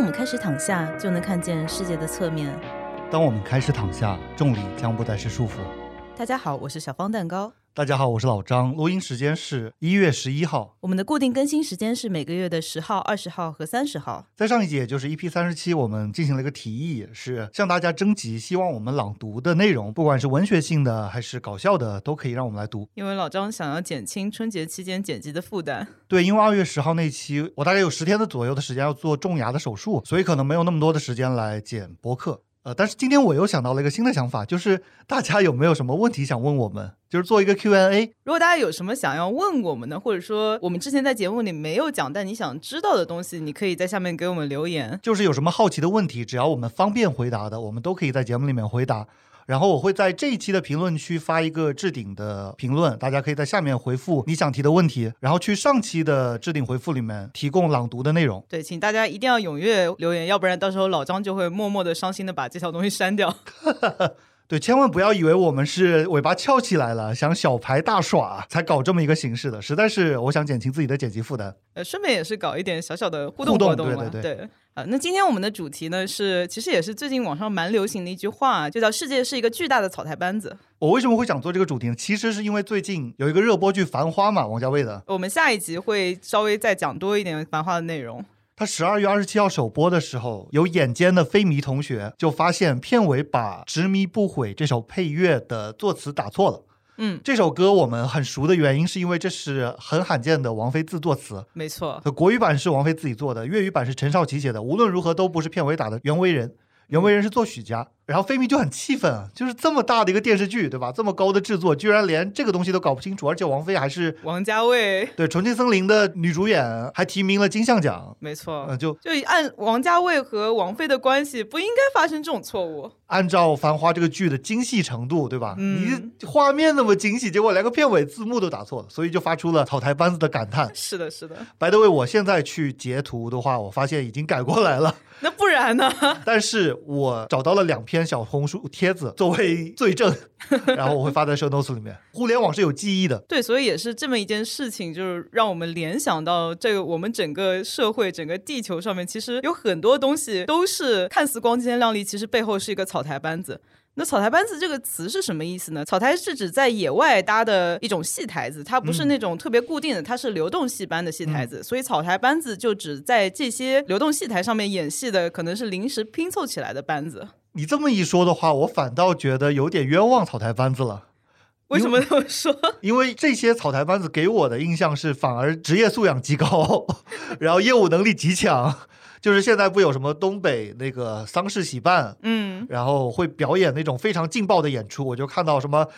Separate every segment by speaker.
Speaker 1: 们开始躺下，就能看见世界的侧面。
Speaker 2: 当我们开始躺下，重力将不再是束缚。
Speaker 1: 大家好，我是小方蛋糕。
Speaker 2: 大家好，我是老张。录音时间是一月十一号。
Speaker 1: 我们的固定更新时间是每个月的十号、二十号和三十号。
Speaker 2: 在上一集，也就是 EP 三十七，我们进行了一个提议，是向大家征集，希望我们朗读的内容，不管是文学性的还是搞笑的，都可以让我们来读。
Speaker 1: 因为老张想要减轻春节期间剪辑的负担。
Speaker 2: 对，因为二月十号那期，我大概有十天的左右的时间要做种牙的手术，所以可能没有那么多的时间来剪播客。呃，但是今天我又想到了一个新的想法，就是大家有没有什么问题想问我们？就是做一个 Q&A。
Speaker 1: 如果大家有什么想要问我们的，或者说我们之前在节目里没有讲但你想知道的东西，你可以在下面给我们留言。
Speaker 2: 就是有什么好奇的问题，只要我们方便回答的，我们都可以在节目里面回答。然后我会在这一期的评论区发一个置顶的评论，大家可以在下面回复你想提的问题，然后去上期的置顶回复里面提供朗读的内容。
Speaker 1: 对，请大家一定要踊跃留言，要不然到时候老张就会默默的伤心的把这条东西删掉。
Speaker 2: 对，千万不要以为我们是尾巴翘起来了，想小牌大耍才搞这么一个形式的，实在是我想减轻自己的剪辑负担。
Speaker 1: 呃，顺便也是搞一点小小的互
Speaker 2: 互
Speaker 1: 动
Speaker 2: 动
Speaker 1: 活动
Speaker 2: 对
Speaker 1: 嘛。
Speaker 2: 对对
Speaker 1: 对啊，那今天我们的主题呢是，其实也是最近网上蛮流行的一句话，就叫“世界是一个巨大的草台班子
Speaker 2: 我为什么会想做这个主题呢？其实是因为最近有一个热播剧《繁花》嘛，王家卫的”。，
Speaker 1: 我们下一集会稍微再讲多一点繁花的内容。
Speaker 2: 他十二月二十七号首播的时候，有眼尖的非迷同学就发现片尾把《执迷不悔》这首配乐的作词打错了。
Speaker 1: 嗯，
Speaker 2: 这首歌我们很熟的原因是因为这是很罕见的王菲自作词，
Speaker 1: 没错，
Speaker 2: 国语版是王菲自己做的，粤语版是陈少琪写的。无论如何都不是片尾打的袁惟仁，袁惟仁是作曲家。然后飞迷就很气愤啊，就是这么大的一个电视剧，对吧？这么高的制作，居然连这个东西都搞不清楚，而且王菲还是
Speaker 1: 王家卫，
Speaker 2: 对《重庆森林》的女主演，还提名了金像奖。
Speaker 1: 没错。
Speaker 2: 呃，就
Speaker 1: 就按王家卫和王菲的关系，不应该发生这种错误。
Speaker 2: 按照《繁花》这个剧的精细程度，对吧？
Speaker 1: 嗯
Speaker 2: 你画面那么精细，结果连个片尾字幕都打错了，所以就发出了草台班子的感叹。
Speaker 1: 是的，是的。
Speaker 2: By the way，我现在去截图的话，我发现已经改过来了，
Speaker 1: 那不然呢？
Speaker 2: 但是我找到了两篇小红书帖子作为罪证，然后我会发在 show notes 里面。互联网是有记忆的，
Speaker 1: 对，所以也是这么一件事情，就是让我们联想到这个我们整个社会、整个地球上面，其实有很多东西都是看似光鲜亮丽，其实背后是一个草台班子。那草台班子这个词是什么意思呢？草台是指在野外搭的一种戏台子，它不
Speaker 2: 嗯
Speaker 1: 是那种特别固定的，它是流动戏班的戏台子。所以草台班子就指在这些流动戏台上面演戏的，可能是临时拼凑起来的班子。
Speaker 2: 你这么一说的话，我反倒觉得有点冤枉草台班子了。
Speaker 1: 为什么这么 说？
Speaker 2: 因为这些草台班子给我的印象是，反而职业素养极高， 然后业务能力极强。就是现在不有什么东北那个丧事喜办，
Speaker 1: 嗯，
Speaker 2: 然后会表演那种非常劲爆的演出，我就看到什么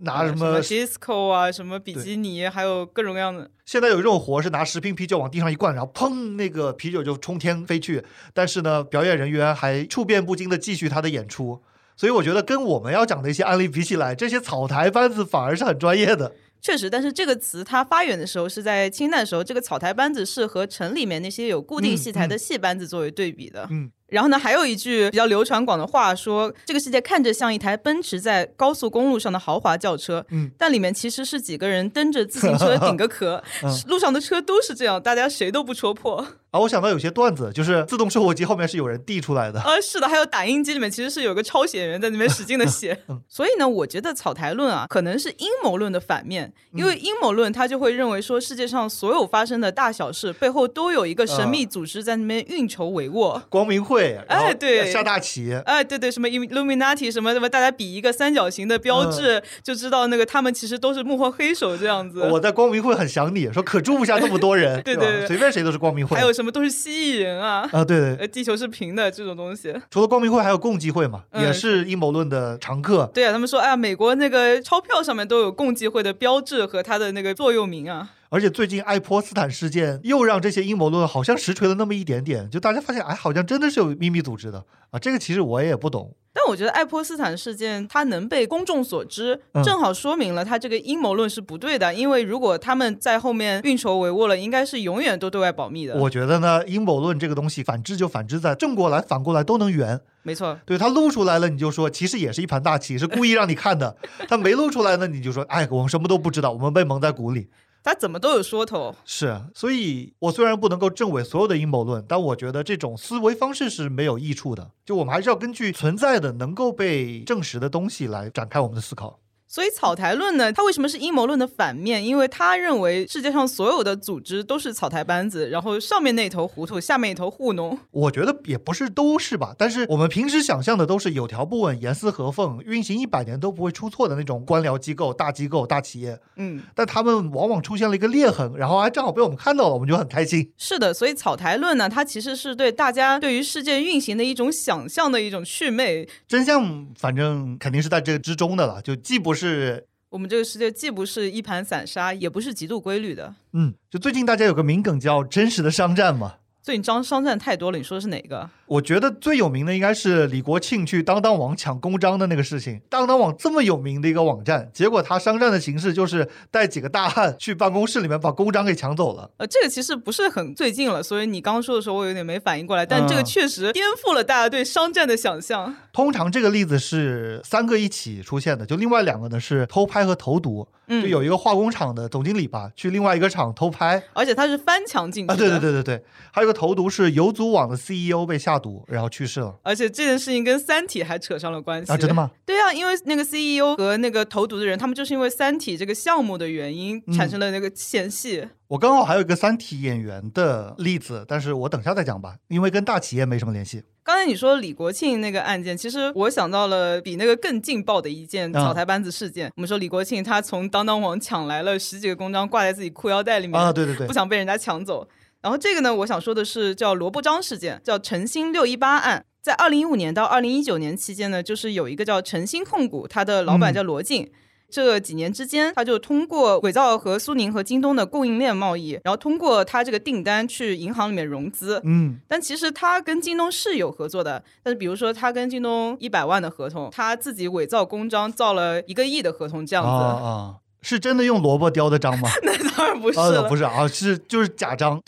Speaker 2: 拿什么，
Speaker 1: disco 啊，什么比基尼，还有各种各样的。
Speaker 2: 现在有一种活是拿十瓶啤酒往地上一灌，然后砰，那个啤酒就冲天飞去。但是呢，表演人员还处变不惊的继续他的演出。所以我觉得跟我们要讲的一些案例比起来，这些草台班子反而是很专业的。
Speaker 1: 确实，但是这个词它发源的时候是在清代的时候，这个草台班子是和城里面那些有固定戏台的戏班子作为对比的。
Speaker 2: 嗯嗯嗯
Speaker 1: 然后呢，还有一句比较流传广的话说，这个世界看着像一台奔驰在高速公路上的豪华轿车，
Speaker 2: 嗯，
Speaker 1: 但里面其实是几个人蹬着自行车顶个 壳，
Speaker 2: 嗯
Speaker 1: 路上的车都是这样，大家谁都不戳破。
Speaker 2: 啊，我想到有些段子，就是自动售货机后面是有人递出来的。
Speaker 1: 啊，是的，还有打印机里面其实是有个抄写员在那边使劲的写。所以呢，我觉得草台论啊，可能是阴谋论的反面，因为阴谋论它就会认为说世界上所有发生的大小事背后都有一个神秘组织在那边运筹帷幄。
Speaker 2: 光明会，然后
Speaker 1: 哎对
Speaker 2: 下大棋，
Speaker 1: 哎，对对，什么 Illuminati 什么什么，大家比一个三角形的标志，就知道那个他们其实都是幕后黑手这样子。
Speaker 2: 我在光明会很想你，说可住不下这么多人，
Speaker 1: 对
Speaker 2: 吧
Speaker 1: 对对
Speaker 2: 随便谁都是光明会。
Speaker 1: 还有什么都是蜥蜴人啊，
Speaker 2: 啊，对对，
Speaker 1: 呃，地球是平的这种东西。
Speaker 2: 除了光明会，还有共济会嘛，
Speaker 1: 嗯
Speaker 2: 也是阴谋论的常客。
Speaker 1: 对啊，他们说，哎呀，美国那个钞票上面都有共济会的标志和它的那个座右铭啊。
Speaker 2: 而且最近爱泼斯坦事件又让这些阴谋论好像实锤了那么一点点，就大家发现，哎，好像真的是有秘密组织的啊。这个其实我也不懂，
Speaker 1: 但我觉得爱泼斯坦事件它能被公众所知
Speaker 2: 嗯，
Speaker 1: 正好说明了它这个阴谋论是不对的。因为如果他们在后面运筹帷幄了，应该是永远都对外保密的。
Speaker 2: 我觉得呢，阴谋论这个东西反制就反制在正过来反过来都能圆，
Speaker 1: 没错，
Speaker 2: 对他露出来了，你就说其实也是一盘大棋，是故意让你看的；他没露出来呢，你就说哎，我们什么都不知道，我们被蒙在鼓里。
Speaker 1: 他怎么都有说头。
Speaker 2: 是，啊所以我虽然不能够证伪所有的阴谋论，但我觉得这种思维方式是没有益处的。就我们还是要根据存在的、能够被证实的东西来展开我们的思考。
Speaker 1: 所以草台论呢，它为什么是阴谋论的反面？因为他认为世界上所有的组织都是草台班子，然后上面那头糊涂，下面一头糊弄。
Speaker 2: 我觉得也不是都是吧，但是我们平时想象的都是有条不紊、严丝合缝、运行一百年都不会出错的那种官僚机构、大机构、大企业，
Speaker 1: 嗯，
Speaker 2: 但他们往往出现了一个裂痕，然后还哎正好被我们看到了，我们就很开心。
Speaker 1: 是的，所以草台论呢，它其实是对大家对于世界运行的一种想象的一种祛魅。
Speaker 2: 真相反正肯定是在这个之中的了，就既不是
Speaker 1: 我们这个世界既不是一盘散沙，也不是极度规律的。
Speaker 2: 嗯，就最近大家有个名梗叫“真实的商战”嘛。
Speaker 1: 所以你张商战太多了，你说的是哪个？
Speaker 2: 我觉得最有名的应该是李国庆去当当网抢公章的那个事情。当当网这么有名的一个网站，结果他商战的形式就是带几个大汉去办公室里面把公章给抢走了。
Speaker 1: 呃，这个其实不是很最近了，所以你刚说的时候我有点没反应过来，但这个
Speaker 2: 嗯
Speaker 1: 确实颠覆了大家对商战的想象。
Speaker 2: 通常这个例子是三个一起出现的，就另外两个呢是偷拍和投毒。
Speaker 1: 嗯
Speaker 2: 就有一个化工厂的总经理吧，去另外一个厂偷拍
Speaker 1: 而且它是翻墙 进去的。
Speaker 2: 啊，对对。对对对，还有一个投毒是有组网的 CEO 被下毒然后去世了
Speaker 1: 而且这件事情跟《三体》还扯上了关系
Speaker 2: 啊，真的？吗？
Speaker 1: 对啊，因为那个 CEO 和那个投毒的人，他们就是因为《三体》这个项目的原因
Speaker 2: 嗯
Speaker 1: 产生了那个嫌隙。
Speaker 2: 我刚好还有一个《三体》演员的例子，但是我等下再讲吧，因为跟大企业没什么联系。
Speaker 1: 刚才你说李国庆那个案件，其实我想到了比那个更劲爆的一件
Speaker 2: 啊
Speaker 1: 草台班子事件。我们说李国庆他从当当网抢来了十几个公章，挂在自己裤腰带里面
Speaker 2: 啊，对对对
Speaker 1: 嗯不，想被人家抢走。然后这个呢，我想说的是叫萝卜章事件，叫晨兴六一八案。在二零一五年到二零一九年期间呢，就是有一个叫晨兴控股，它的
Speaker 2: 嗯
Speaker 1: 老板叫罗晋。这几年之间，他就通过伪造和苏宁和京东的供应链贸易，然后通过他这个订单去银行里面融资。
Speaker 2: 嗯，
Speaker 1: 但其实他跟京东是有合作的，但是比如说他跟京东一百万的合同，他自己伪造公章造了一个亿的合同，这
Speaker 2: 啊
Speaker 1: 样子，
Speaker 2: 啊，是真的用萝卜雕的章吗？
Speaker 1: 那当然不是了。
Speaker 2: 啊，不是啊，是就是假章。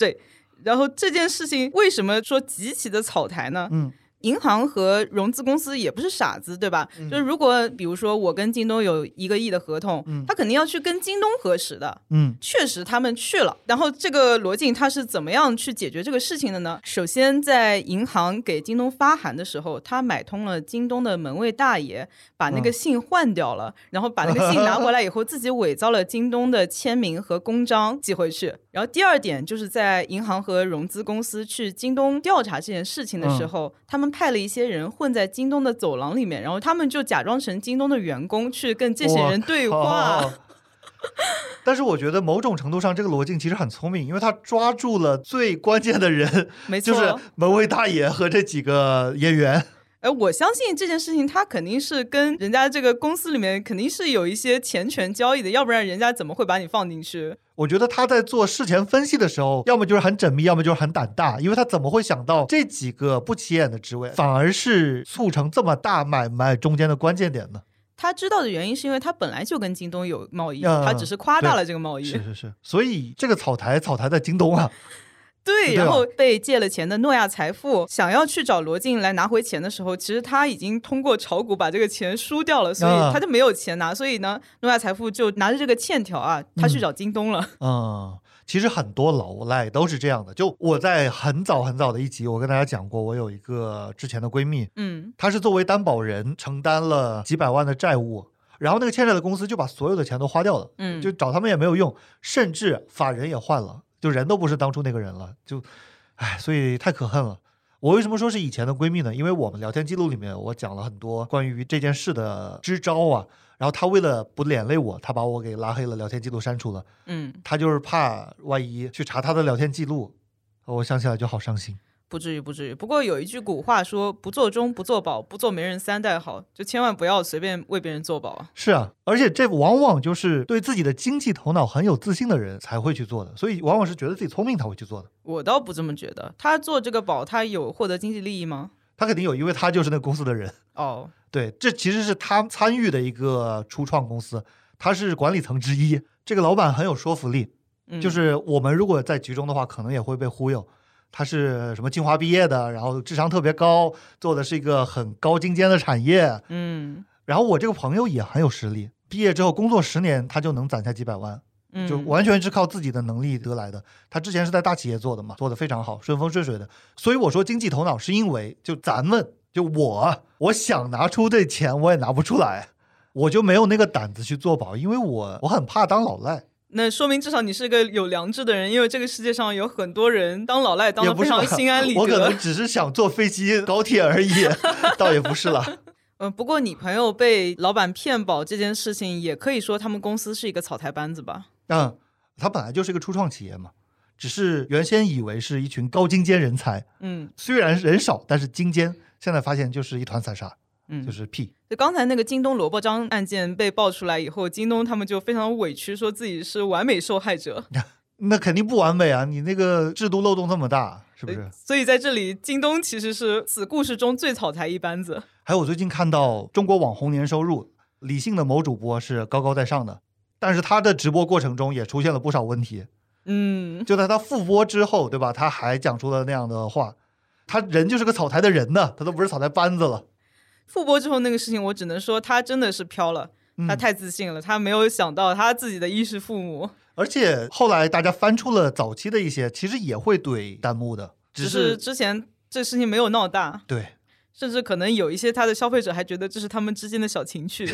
Speaker 1: 然后这件事情为什么说极其的草台呢？
Speaker 2: 嗯，
Speaker 1: 银行和融资公司也不是傻子，对吧？就是如果比如说我跟京东有一个亿的合同，
Speaker 2: 嗯
Speaker 1: 他肯定要去跟京东核实的。
Speaker 2: 嗯
Speaker 1: 确实他们去了。然后这个罗晋他是怎么样去解决这个事情的呢？首先，在银行给京东发函的时候，他买通了京东的门卫大爷，把那个信换掉了，然后把那个信拿回来以后，自己伪造了京东的签名和公章寄回去。然后第二点就是在银行和融资公司去京东调查这件事情的时候，
Speaker 2: 嗯
Speaker 1: 他们派了一些人混在京东的走廊里面，然后他们就假装成京东的员工去跟这些人对话。
Speaker 2: 哦但是我觉得某种程度上，这个罗晋其实很聪明，因为他抓住了最关键的人，
Speaker 1: 没错，
Speaker 2: 就是门卫大爷和这几个演员。
Speaker 1: 哎，我相信这件事情，他肯定是跟人家这个公司里面肯定是有一些钱权交易的，要不然人家怎么会把你放进去？
Speaker 2: 我觉得他在做事前分析的时候，要么就是很缜密，要么就是很胆大，因为他怎么会想到这几个不起眼的职位，反而是促成这么大买卖中间的关键点呢？
Speaker 1: 他知道的原因是因为他本来就跟京东有贸易，
Speaker 2: 嗯
Speaker 1: 他只是夸大了这个贸易
Speaker 2: 是。是是，所以这个草台草台在京东啊，
Speaker 1: 对，
Speaker 2: 对吧
Speaker 1: 然后被借了钱的诺亚财富想要去找罗晋来拿回钱的时候，其实他已经通过炒股把这个钱输掉了，所以
Speaker 2: 嗯
Speaker 1: 他就没有钱拿。所以呢，诺亚财富就拿着这个欠条啊，他去找京东了。
Speaker 2: 嗯，其实很多老赖都是这样的。就我在很早很早的一集，我跟大家讲过，我有一个之前的闺蜜，
Speaker 1: 嗯，
Speaker 2: 她是作为担保人承担了几百万的债务，然后那个欠债的公司就把所有的钱都花掉了，
Speaker 1: 嗯
Speaker 2: 就找他们也没有用，甚至法人也换了，就人都不是当初那个人了，就，唉，所以太可恨了。我为什么说是以前的闺蜜呢？因为我们聊天记录里面我讲了很多关于这件事的支招啊，然后她为了不连累我，她把我给拉黑了，聊天记录删除了。
Speaker 1: 嗯，
Speaker 2: 他就是怕万一去查他的聊天记录，我想起来就好伤心。
Speaker 1: 不至于，不至于。不过有一句古话说：“不做钟，不做保，不做媒人三代好。”就千万不要随便为别人做保啊！
Speaker 2: 是啊，而且这往往就是对自己的经济头脑很有自信的人才会去做的，所以往往是觉得自己聪明才会去做的。
Speaker 1: 我倒不这么觉得。他做这个保，他有获得经济利益吗？
Speaker 2: 他肯定有，因为他就是那个公司的人。
Speaker 1: 哦，
Speaker 2: 对，这其实是他参与的一个初创公司，他是管理层之一。这个老板很有说服力，
Speaker 1: 嗯，
Speaker 2: 就是我们如果在局中的话，可能也会被忽悠。他是什么清华毕业的，然后智商特别高，做的是一个很高精尖的产业，
Speaker 1: 嗯
Speaker 2: 然后我这个朋友也很有实力，毕业之后工作十年，他就能攒下几百万。
Speaker 1: 嗯，
Speaker 2: 就完全是靠自己的能力得来的。他之前是在大企业做的嘛，做的非常好，顺风顺水的。所以我说经济头脑是因为就咱们就我，我想拿出这钱我也拿不出来，我就没有那个胆子去做保，因为我我很怕当老赖。
Speaker 1: 那说明至少你是个有良知的人，因为这个世界上有很多人当老赖当
Speaker 2: 也
Speaker 1: 的
Speaker 2: 不
Speaker 1: 非
Speaker 2: 是
Speaker 1: 常
Speaker 2: 吧
Speaker 1: 心安理得。
Speaker 2: 我可能只是想坐飞机、高铁而已， 倒也不是了。
Speaker 1: 嗯，不过你朋友被老板骗保这件事情，也可以说他们公司是一个草台班子吧？
Speaker 2: 嗯，它本来就是一个初创企业嘛，只是原先以为是一群高精尖人才，
Speaker 1: 嗯
Speaker 2: 虽然人少，但是精尖。现在发现就是一团散沙，
Speaker 1: 嗯，
Speaker 2: 就是屁。
Speaker 1: 就刚才那个京东萝卜章案件被爆出来以后，京东他们就非常委屈，说自己是完美受害者，
Speaker 2: 那肯定不完美啊！你那个制度漏洞这么大，是不是？
Speaker 1: 所以在这里，京东其实是此故事中最草台一班子。
Speaker 2: 还有我最近看到中国网红年收入，理性的某主播是高高在上的，但是他的直播过程中也出现了不少问题。
Speaker 1: 嗯，
Speaker 2: 就在他复播之后，对吧？他还讲出了那样的话，他人就是个草台的人呢，他都不是草台班子了。
Speaker 1: 复播之后那个事情，我只能说他真的是飘了，
Speaker 2: 嗯
Speaker 1: 他太自信了，他没有想到他自己的衣食父母，
Speaker 2: 而且后来大家翻出了早期的一些，其实也会怼弹幕的，只
Speaker 1: 只是之前这事情没有闹大，
Speaker 2: 对，
Speaker 1: 甚至可能有一些他的消费者还觉得这是他们之间的小情 趣。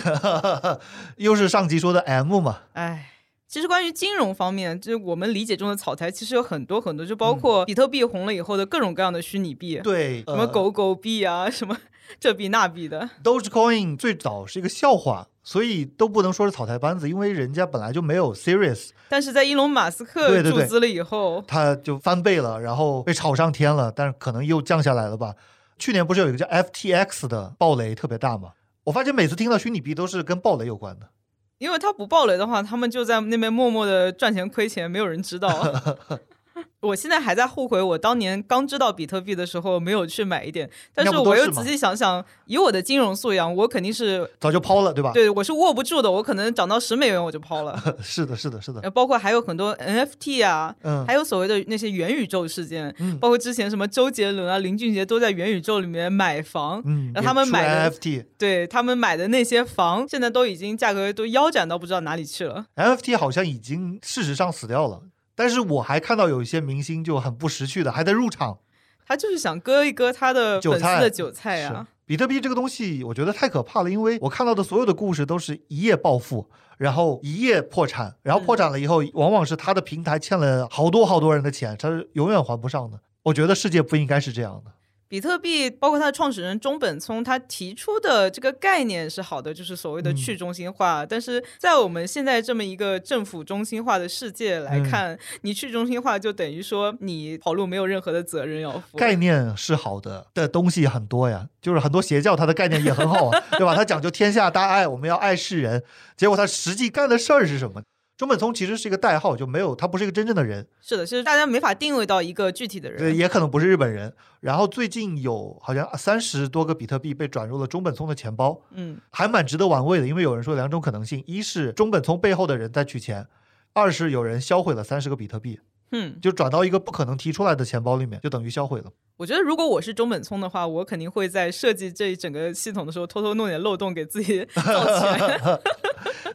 Speaker 2: 又是上集说的 M 嘛，
Speaker 1: 唉，其实关于金融方面，就是我们理解中的草台，其实有很多很多，就包括比特币红了以后的各种各样的虚拟币，
Speaker 2: 嗯对，呃
Speaker 1: 什么狗狗币啊，什么这币那币的。
Speaker 2: Dogecoin 最早是一个笑话，所以都不能说是草台班子，因为人家本来就没有 serious，
Speaker 1: 但是在伊隆马斯
Speaker 2: 对
Speaker 1: 克
Speaker 2: 对
Speaker 1: 注
Speaker 2: 对
Speaker 1: 资了以后，
Speaker 2: 它就翻倍了，然后被炒上天了，但是可能又降下来了吧。去年不是有一个叫 FTX 的暴雷特别大吗？我发现每次听到虚拟币都是跟暴雷有关的。
Speaker 1: 因为他不暴雷的话，他们就在那边默默的赚钱亏钱，没有人 知道。我现在还在后悔，我当年刚知道比特币的时候没有去买一点，但
Speaker 2: 要
Speaker 1: 是
Speaker 2: 不都
Speaker 1: 我又
Speaker 2: 是嘛
Speaker 1: 仔细想想，以我的金融素养，我肯定是
Speaker 2: 早就抛了，对吧？
Speaker 1: 对我是握不住的，我可能涨到十美元我就抛了。
Speaker 2: 是的，是的，是的。
Speaker 1: 呃，包括还有很多 NFT 啊，
Speaker 2: 嗯
Speaker 1: 还有所谓的那些元宇宙事件，
Speaker 2: 嗯
Speaker 1: 包括之前什么周杰伦啊、林俊杰都在元宇宙里面买房，
Speaker 2: 嗯，
Speaker 1: 让他们
Speaker 2: 也出
Speaker 1: 买的
Speaker 2: NFT，
Speaker 1: 对他们买的那些房，现在都已经价格都腰斩到不知道哪里去了。
Speaker 2: NFT 好像已经事实上死掉了，但是我还看到有一些明星就很不识趣的还在入场。
Speaker 1: 他就是想割一割他的
Speaker 2: 韭
Speaker 1: 粉
Speaker 2: 菜
Speaker 1: 丝的韭菜啊。
Speaker 2: 是比特币这个东西，我觉得太可怕了，因为我看到的所有的故事都是一夜暴富，然后一夜破产，然后破产了以后，往往是他的平台欠了好多好多人的钱，他是永远还不上的。我觉得世界不应该是这样的。
Speaker 1: 比特币包括它的创始人中本聪，他提出的这个概念是好的，就是所谓的
Speaker 2: 嗯
Speaker 1: 去中心化。但是在我们现在这么一个政府中心化的世界
Speaker 2: 嗯
Speaker 1: 来看，你去中心化就等于说你跑路没有任何的责任要负。
Speaker 2: 概念是好的，的东西很多呀，就是很多邪教它的概念也很好啊，对吧？它讲究天下大爱，我们要爱世人，结果他实际干的事儿是什么？中本聪其实是一个代号，就没有他不是一个真正的人，
Speaker 1: 是的，是大家没法定位到一个具体的
Speaker 2: 对，
Speaker 1: 人。
Speaker 2: 也可能不是日本人。然后最近有好像三十多个比特币被转入了中本聪的钱包，
Speaker 1: 嗯，
Speaker 2: 还蛮值得玩味的，因为有人说有两种可能性：一是中本聪背后的人在取钱，二是有人销毁了三十个比特币，
Speaker 1: 嗯，
Speaker 2: 就转到一个不可能提出来的钱包里面，就等于销毁了。
Speaker 1: 我觉得如果我是中本聪的话，我肯定会在设计这一整个系统的时候偷偷弄点漏洞给自己 造起来。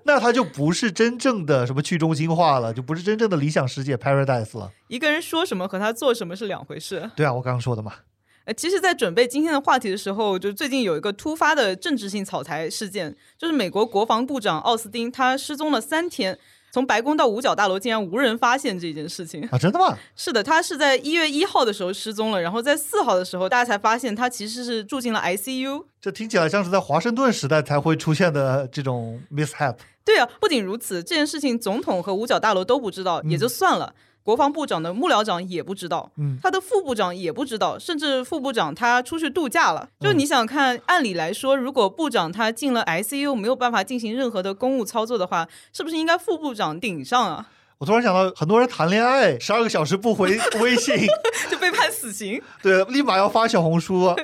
Speaker 2: 那它就不是真正的什么去中心化了，就不是真正的理想世界 paradise 了。
Speaker 1: 一个人说什么和他做什么是两回事。
Speaker 2: 对啊，我刚刚说的嘛。
Speaker 1: 呃，其实，在准备今天的话题的时候，就最近有一个突发的政治性草台事件，就是美国国防部长奥斯汀他失踪了三天，从白宫到五角大楼竟然无人发现这件事情。
Speaker 2: 啊，真的吗？
Speaker 1: 是的，他是在一月一号的时候失踪了，然后在四号的时候，大家才发现他其实是住进了 ICU。
Speaker 2: 这听起来像是在华盛顿时代才会出现的这种 mishap。
Speaker 1: 对啊，不仅如此，这件事情总统和五角大楼都不知道，也就算了。国防部长的幕僚长也不知道，
Speaker 2: 嗯
Speaker 1: 他的副部长也不知道，甚至副部长他出去度假了。就
Speaker 2: 嗯
Speaker 1: 你想看，按理来说，如果部长他进了 ICU 没有办法进行任何的公务操作的话，是不是应该副部长顶上啊？
Speaker 2: 我突然想到，很多人谈恋爱十二个小时不回微信，
Speaker 1: 就被判死刑，
Speaker 2: 对，立马要发小红书，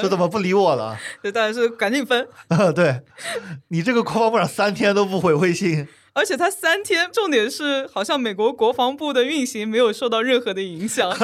Speaker 2: 说怎么不理我了？
Speaker 1: 就当然是赶紧分。
Speaker 2: 对，你这个国防部长三天都不回微信，
Speaker 1: 而且它三天，重点是好像美国国防部的运行没有受到任何的影 响。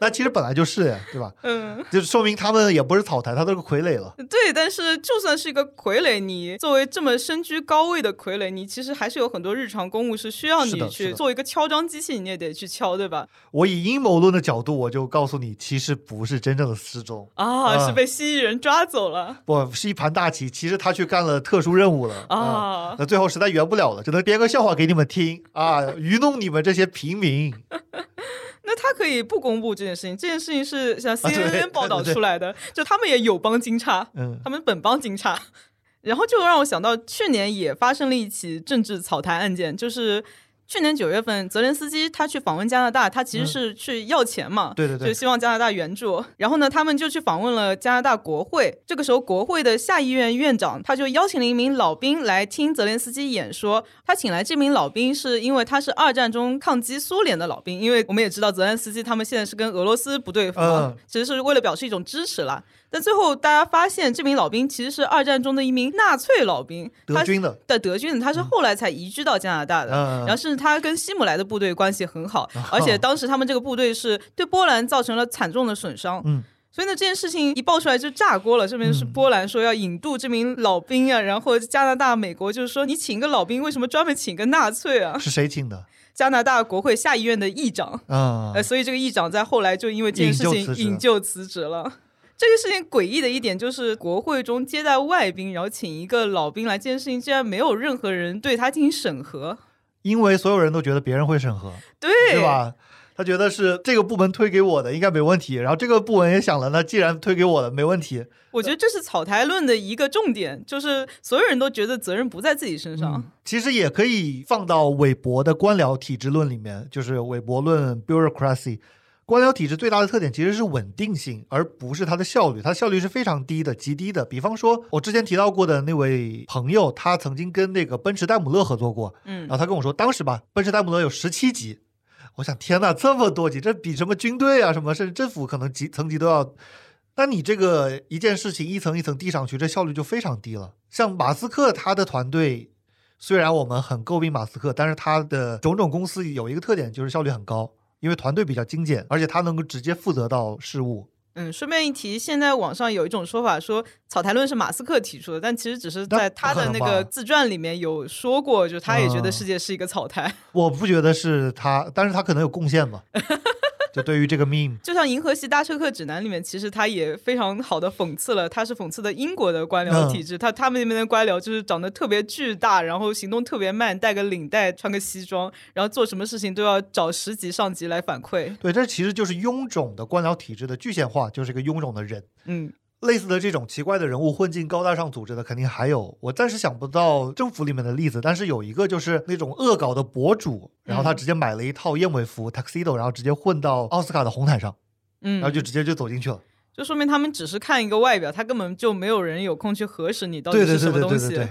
Speaker 2: 那其实本来就是呀，对吧？
Speaker 1: 嗯，
Speaker 2: 就是说明他们也不是草台，他都是傀儡了。
Speaker 1: 对，但是就算是一个傀儡，你作为这么身居高位的傀儡，你其实还是有很多日常公务是需要
Speaker 2: 是的
Speaker 1: 你
Speaker 2: 是
Speaker 1: 去
Speaker 2: 的
Speaker 1: 做一个敲章机器，你也得去敲，对吧？
Speaker 2: 我以阴谋论的角度，我就告诉你，其实不是真正的失踪，
Speaker 1: 啊，
Speaker 2: 啊
Speaker 1: 是被蜥蜴人抓走了
Speaker 2: 不是一盘大棋。其实他去干了特殊任务了啊。
Speaker 1: 啊。
Speaker 2: 那最后实在圆不了了，只能编个笑话给你们听啊，愚弄你们这些平民。
Speaker 1: 那他可以不公布这件事情，这件事情是像
Speaker 2: 啊对
Speaker 1: CNN 报道出来的，就他们也友邦警察，
Speaker 2: 嗯，
Speaker 1: 他们本邦警察。然后就让我想到去年也发生了一起政治草台案件，就是去年九月份，泽连斯基他去访问加拿大，他其实是去要钱嘛，
Speaker 2: 嗯对对对
Speaker 1: 就，希望加拿大援助。然后呢，他们就去访问了加拿大国会。这个时候，国会的下议院院长他就邀请了一名老兵来听泽连斯基演说。他请来这名老兵是因为他是二战中抗击苏联的老兵，因为我们也知道泽连斯基他们现在是跟俄罗斯不对付嘛
Speaker 2: 嗯，
Speaker 1: 其实是为了表示一种支持啦。但最后大家发现，这名老兵其实是二战中的一名纳粹老兵，
Speaker 2: 德
Speaker 1: 他
Speaker 2: 军的，
Speaker 1: 的德军，他是后来才移居到加拿大的。
Speaker 2: 嗯啊
Speaker 1: 然后甚至他跟希姆莱的部队关系很好，而且当时他们这个部队是对波兰造成了惨重的损伤。
Speaker 2: 嗯。
Speaker 1: 所以呢，这件事情一爆出来就炸锅了。这边是波兰说要引渡这名老兵啊，然后加拿大、美国就是说，你请一个老兵，为什么专门请一个纳粹啊？
Speaker 2: 是谁请的？
Speaker 1: 加拿大国会下议院的议长，
Speaker 2: 啊
Speaker 1: 呃，，所以这个议长在后来就因为这件事
Speaker 2: 引咎
Speaker 1: 情
Speaker 2: 辞职
Speaker 1: 引咎辞职了。这个事情诡异的一点就是，国会中接待外宾，然后请一个老兵来，这件事情竟然没有任何人对他进行审核，
Speaker 2: 因为所有人都觉得别人会审核，
Speaker 1: 对
Speaker 2: 对吧？他觉得是这个部门推给我的，应该没问题。然后这个部门也想了，那既然推给我了，没问题。
Speaker 1: 我觉得这是草台论的一个重点，就是所有人都觉得责任不在自己身上。
Speaker 2: 其实也可以放到韦伯的官僚体制论里面，就是韦伯论 （bureaucracy）。官僚体制最大的特点其实是稳定性，而不是它的效率。它效率是非常低的，极低的。比方说，我之前提到过的那位朋友，他曾经跟那个奔驰戴姆勒合作过，
Speaker 1: 嗯
Speaker 2: 然后他跟我说，当时吧，奔驰戴姆勒有十七级。我想，天呐，这么多级，这比什么军队啊，什么甚至政府可能级层级都要。那你这个一件事情一层一层递上去，这效率就非常低了。像马斯克他的团队，虽然我们很诟病马斯克，但是他的种种公司有一个特点就是效率很高，因为团队比较精简，而且他能够直接负责到事务。
Speaker 1: 嗯，顺便一提，现在网上有一种说法说草台论是马斯克提出的，但其实只是
Speaker 2: 那
Speaker 1: 在他
Speaker 2: 不可
Speaker 1: 的
Speaker 2: 能
Speaker 1: 那
Speaker 2: 吧
Speaker 1: 个自传里面有说过，就是他也觉
Speaker 2: 啊
Speaker 1: 得世界是一个草台。
Speaker 2: 我不觉得是他，但是他可能有贡献吧。 就对于这个 meme，
Speaker 1: 就像《银河系搭车客指南》里面，其实他也非常好的讽刺了，他是讽刺的英国的官
Speaker 2: 嗯
Speaker 1: 僚体制，他他们那边的官僚就是长得特别巨大，然后行动特别慢，戴个领带，穿个西装，然后做什么事情都要找十级上级来反馈。
Speaker 2: 对，这其实就是臃肿的官僚体制的具现化，就是一个臃肿的人。
Speaker 1: 嗯，
Speaker 2: 类似的这种奇怪的人物混进高大上组织的，肯定还有。我暂时想不到政府里面的例子，但是有一个就是那种恶搞的博主，然
Speaker 1: 嗯
Speaker 2: 后他直接买了一套燕尾服 tuxedo，然后直接混到奥斯卡的红毯上，
Speaker 1: 嗯，
Speaker 2: 然后就直接就走进去了。
Speaker 1: 就说明他们只是看一个外表，他根本就没有人有空去核实你到底
Speaker 2: 对对
Speaker 1: 是什
Speaker 2: 对
Speaker 1: 么
Speaker 2: 对
Speaker 1: 东
Speaker 2: 对
Speaker 1: 西。啊
Speaker 2: 对对，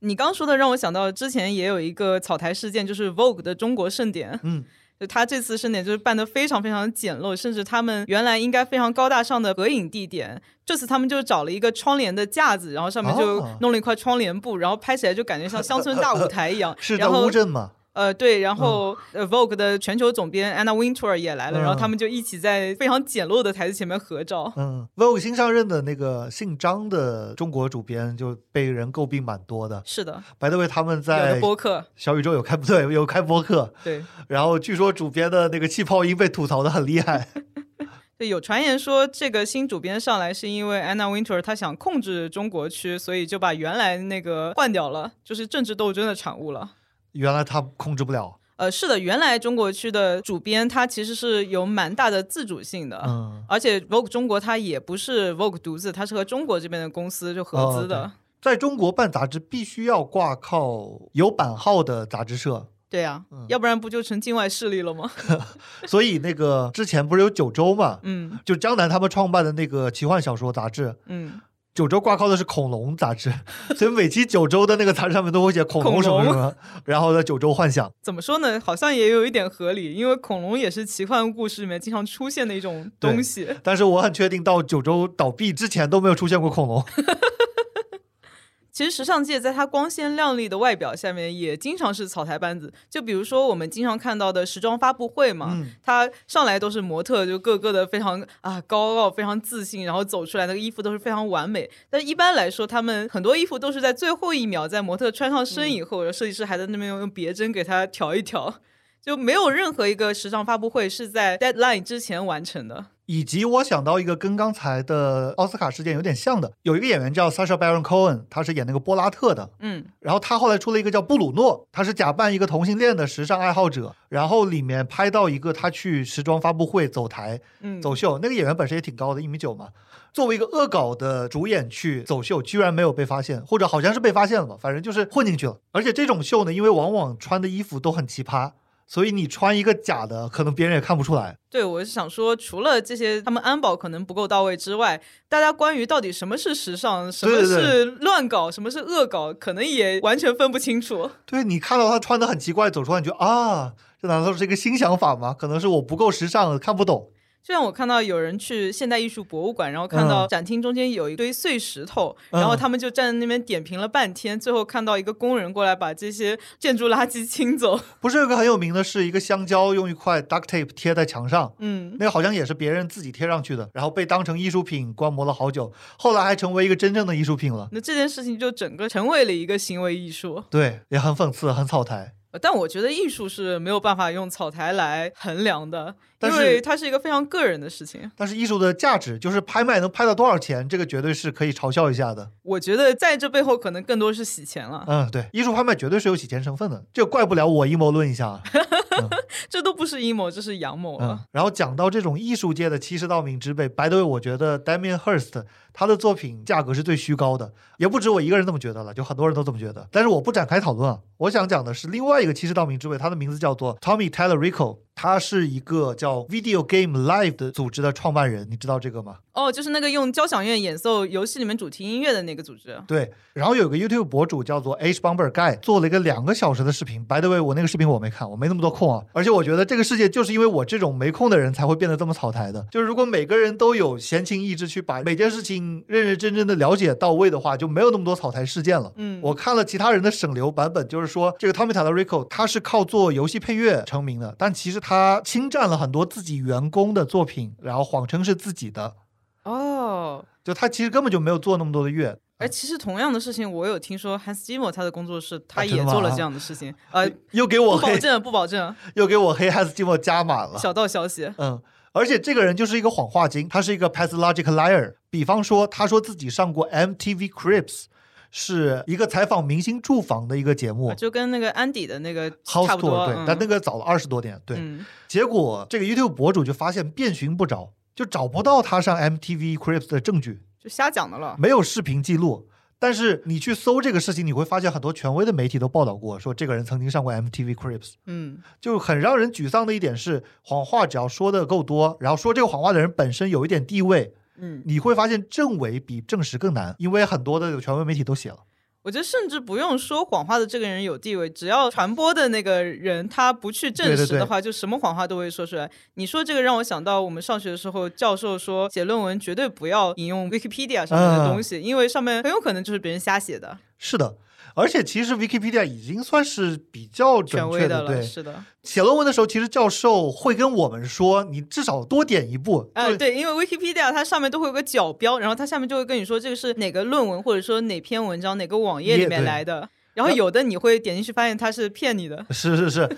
Speaker 1: 你刚说的让我想到之前也有一个草台事件，就是 Vogue 的中国盛典，
Speaker 2: 嗯，
Speaker 1: 就他这次盛典就是办得非常非常简陋，甚至他们原来应该非常高大上的合影地点，这次他们就找了一个窗帘的架子，然后上面就
Speaker 2: 哦
Speaker 1: 弄了一块窗帘布，然后拍起来就感觉像乡村大舞台一样
Speaker 2: 。是在嗯
Speaker 1: 然后
Speaker 2: 乌镇嘛？
Speaker 1: 呃，对，然后、呃 Vogue 的全球总编 Anna Wintour 也来了，
Speaker 2: 嗯
Speaker 1: 然后他们就一起在非常简陋的台子前面合照。
Speaker 2: 嗯，Vogue 新上任的那个姓张的中国主编就被人诟病蛮多的。
Speaker 1: 是的，
Speaker 2: 白 y 为他们
Speaker 1: 有
Speaker 2: 在
Speaker 1: 的播客，
Speaker 2: 小宇宙有开 不对有开播客，
Speaker 1: 对，
Speaker 2: 然后据说主编的那个气泡音被吐槽的很厉害。
Speaker 1: 对，有传言说这个新主编上来是因为 Anna Winter 她想控制中国区，所以就把原来那个换掉了，就是政治斗争的产物了。
Speaker 2: 原来他控制不了，
Speaker 1: 呃，是的，原来中国区的主编他其实是有蛮大的自主性的，
Speaker 2: 嗯，
Speaker 1: 而且 Vogue 中国它也不是 Vogue 独自，它是和中国这边的公司就合
Speaker 2: 哦
Speaker 1: 资的。
Speaker 2: 在中国办杂志必须要挂靠有版号的杂志社，
Speaker 1: 对啊，
Speaker 2: 嗯
Speaker 1: 要不然不就成境外势力了吗？
Speaker 2: 所以那个之前不是有九州嘛，
Speaker 1: 嗯
Speaker 2: 就江南他们创办的那个奇幻小说杂志，
Speaker 1: 嗯，
Speaker 2: 九州挂靠的是恐龙杂志， 所以每期九州的那个杂志上面都会写恐龙
Speaker 1: 恐
Speaker 2: 什么什
Speaker 1: 龙
Speaker 2: 么，然后呢九州幻想，
Speaker 1: 怎么说呢？好像也有一点合理，因为恐龙也是奇幻故事里面经常出现的一种
Speaker 2: 对
Speaker 1: 东西。
Speaker 2: 但是我很确定到九州倒闭之前都没有出现过恐龙，
Speaker 1: 其实时尚界在它光鲜亮丽的外表下面，也经常是草台班子。就比如说我们经常看到的时装发布会嘛，
Speaker 2: 嗯
Speaker 1: 它上来都是模特，就个个的非常啊高傲、非常自信，然后走出来那个衣服都是非常完美。但一般来说，他们很多衣服都是在最后一秒，在模特穿上身以后，然后设计师还在那边用用别针给它调一调，就没有任何一个时尚发布会是在 deadline 之前完成的。
Speaker 2: 以及我想到一个跟刚才的奥斯卡事件有点像的，有一个演员叫 Sacha Baron Cohen，他是演那个波拉特的，
Speaker 1: 嗯，
Speaker 2: 然后他后来出了一个叫布鲁诺，他是假扮一个同性恋的时尚爱好者，然后里面拍到一个他去时装发布会走台，
Speaker 1: 嗯
Speaker 2: 走秀，那个演员本身也挺高的，一米九嘛，作为一个恶搞的主演去走秀，居然没有被发现，或者好像是被发现了吧，反正就是混进去了。而且这种秀呢，因为往往穿的衣服都很奇葩，所以你穿一个假的，可能别人也看不出来。
Speaker 1: 对，我是想说，除了这些他们安保可能不够到位之外，大家关于到底什么是时尚，什么
Speaker 2: 对对
Speaker 1: 是乱搞，什么是恶搞，可能也完全分不清楚。
Speaker 2: 对你看到他穿的很奇怪走出来，你就啊，这难道是一个新想法吗？可能是我不够时尚，看不懂。
Speaker 1: 就像我看到有人去现代艺术博物馆，然后看到
Speaker 2: 嗯
Speaker 1: 展厅中间有一堆碎石头，然后
Speaker 2: 嗯
Speaker 1: 他们就站在那边点评了半天，最后看到一个工人过来把这些建筑垃圾清走。
Speaker 2: 不是有个很有名的是一个香蕉用一块 duct tape 贴在墙上，
Speaker 1: 嗯，
Speaker 2: 那个好像也是别人自己贴上去的，然后被当成艺术品观摩了好久，后来还成为一个真正的艺术品了。
Speaker 1: 那这件事情就整个成为了一个行为艺术。
Speaker 2: 对，也很讽刺，很草台。
Speaker 1: 呃但我觉得艺术是没有办法用草台来衡量的，
Speaker 2: 但
Speaker 1: 因
Speaker 2: 是
Speaker 1: 为它是一个非常个人的事情。
Speaker 2: 但是艺术的价值就是拍卖能拍到多少钱，这个绝对是可以嘲笑一下的。
Speaker 1: 我觉得在这背后可能更多是洗钱了，
Speaker 2: 嗯，对，艺术拍卖绝对是有洗钱成分的，这怪不了我阴谋论一下啊。
Speaker 1: 这都不是阴谋，这是阳谋
Speaker 2: 嗯
Speaker 1: 了。，
Speaker 2: 然后讲到这种艺术界的欺世盗名之辈，by the way，我觉得 Damien Hirst 他的作品价格是最虚高的，也不止我一个人这么觉得了，就很多人都这么觉得。但是我不展开讨论啊，我想讲的是另外一个欺世盗名之辈，他的名字叫做 Tommy Tallarico，他是一个叫 Video Game Live 的组织的创办人，你知道这个吗？
Speaker 1: 哦，就是那个用交响乐演奏游戏里面主题音乐的那个组织。
Speaker 2: 对，然后有个 YouTube 博主叫做 H Bomber Guy 做了一个两个小时的视频。By the way，我那个视频我没看，我没那么多空啊。而且我觉得这个世界就是因为我这种没空的人才会变得这么草台的。就是如果每个人都有闲情逸致去把每件事情认认真真的了解到位的话，就没有那么多草台事件了。
Speaker 1: 嗯，
Speaker 2: 我看了其他人的省流版本，就是说这个 Tommy Tallarico 他是靠做游戏配乐成名的，但其实他侵占了很多自己员工的作品，然后谎称是自己的，
Speaker 1: 哦，
Speaker 2: 就他其实根本就没有做那么多的乐，
Speaker 1: 哎，其实同样的事情，我有听说 Hans Zimmer 他的工作室他
Speaker 2: 啊真的
Speaker 1: 也做了
Speaker 2: 吗
Speaker 1: 这样的事 情。呃，
Speaker 2: 又给我
Speaker 1: 不保
Speaker 2: 黑。
Speaker 1: 证，不保 证，
Speaker 2: 又给我黑 has 寂寞加满了。
Speaker 1: 小道消息。
Speaker 2: 嗯，而且这个人就是一个谎话精，他是一个 pathological liar。比方说，他说自己上过 MTV Cribs，是一个采访明星住房的一个节目。
Speaker 1: 啊就跟那个安迪的那个
Speaker 2: House
Speaker 1: 差不
Speaker 2: tour
Speaker 1: 多，
Speaker 2: 对，
Speaker 1: 嗯、
Speaker 2: 但那个早了二十多年，对。
Speaker 1: 嗯，
Speaker 2: 结果这个 YouTube 博主就发现遍寻不着，就找不到他上 MTV Cribs 的证据，
Speaker 1: 就瞎讲的了。
Speaker 2: 没有视频记录。但是你去搜这个事情，你会发现很多权威的媒体都报道过，说这个人曾经上过 MTV Cribs。
Speaker 1: 嗯，
Speaker 2: 就很让人沮丧的一点是，谎话只要说的够多，然后说这个谎话的人本身有一点地位，
Speaker 1: 嗯，
Speaker 2: 你会发现证伪比证实更难，因为很多的有权威媒体都写了。
Speaker 1: 我觉得甚至不用说谎话的这个人有地位，只要传播的那个人他不去证实的话，就什么谎话都会说出来。你说这个让我想到我们上学的时候，教授说写论文绝对不要引用 Wikipedia 上面的
Speaker 2: 嗯
Speaker 1: 东西，因为上面很有可能就是别人瞎写的，
Speaker 2: 是的，而且其实 Wikipedia 已经算是比较
Speaker 1: 权
Speaker 2: 准
Speaker 1: 威
Speaker 2: 确
Speaker 1: 的
Speaker 2: 的，
Speaker 1: 了。
Speaker 2: 对。
Speaker 1: 是的，
Speaker 2: 写论文的时候，其实教授会跟我们说，你至少多点一步。
Speaker 1: 哎、
Speaker 2: 就是
Speaker 1: 对，因为 Wikipedia 它上面都会有个角标，然后它下面就会跟你说这个是哪个论文或者说哪篇文章哪个网页里
Speaker 2: 也
Speaker 1: 面
Speaker 2: 对
Speaker 1: 来的。然后有的你会点进去发现它是骗你的，
Speaker 2: 是是是，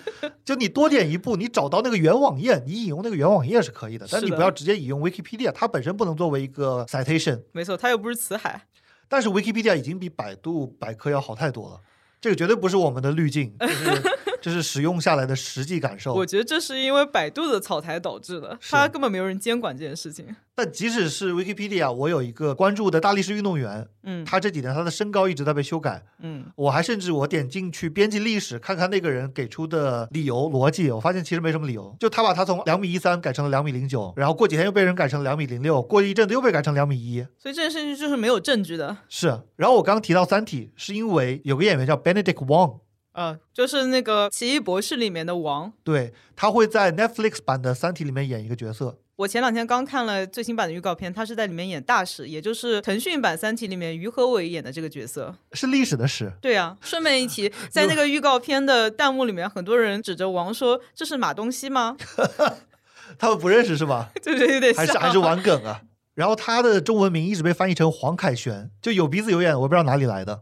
Speaker 2: 就你多点一步，你找到那个原网页，你引用那个原网页是可以的，但
Speaker 1: 是
Speaker 2: 你
Speaker 1: 的
Speaker 2: 不要直接引用 Wikipedia，它本身不能作为一个 citation。
Speaker 1: 没错，它又不是辞海。
Speaker 2: 但是 Wikipedia 已经比百度百科要好太多了，这个绝对不是我们的滤 镜，这是这是使用下来的实际感受
Speaker 1: 我。觉得这是因为百度的草台导致的，
Speaker 2: 是
Speaker 1: 它根本没有人监管这件事情。
Speaker 2: 但即使是 Wikipedia，我有一个关注的大力士运动员，
Speaker 1: 嗯
Speaker 2: 他这几年他的身高一直在被修改，
Speaker 1: 嗯，
Speaker 2: 我还甚至我点进去编辑历史，看看那个人给出的理由逻辑，我发现其实没什么理由。就他把他从两米一三改成了两米零九，然后过几天又被人改成两米零六，过一阵子又被改成两米一。
Speaker 1: 所以这件事情就是没有证据的。
Speaker 2: 是，然后我刚提到《三体》，是因为有个演员叫 Benedict Wong，
Speaker 1: 呃，就是那个《奇异博士》里面的王，
Speaker 2: 对，他会在 Netflix 版的《三体》里面演一个角色。
Speaker 1: 我前两天刚看了最新版的预告片，他是在里面演大使，也就是腾讯版《三体》里面于和伟演的这个角色。
Speaker 2: 是历史的史，
Speaker 1: 对啊，顺便一提，在那个预告片的弹幕里面，很多人指着王说：“这是马东锡吗
Speaker 2: 他们不认识是吧？？”
Speaker 1: 就是有点像，
Speaker 2: 还是还是玩梗啊？然后他的中文名一直被翻译成黄凯旋，就有鼻子有眼，我不知道哪里来的。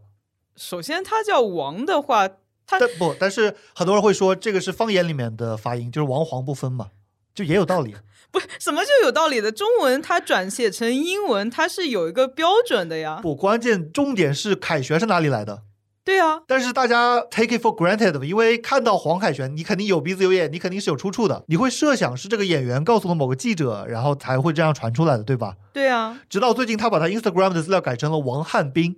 Speaker 1: 首先，他叫王的话，他
Speaker 2: 但不，但是很多人会说这个是方言里面的发音，就是王黄不分嘛，就也有道理。
Speaker 1: 不什么就有道理的。中文它转写成英文，它是有一个标准的呀。
Speaker 2: 不，关键重点是凯旋是哪里来的？
Speaker 1: 对啊，
Speaker 2: 但是大家 take it for granted 吧，因为看到黄凯旋，你肯定有鼻子有眼，你肯定是有出处的，你会设想是这个演员告诉了某个记者，然后才会这样传出来的，对吧？
Speaker 1: 对啊，
Speaker 2: 直到最近，他把他 Instagram 的资料改成了王汉斌，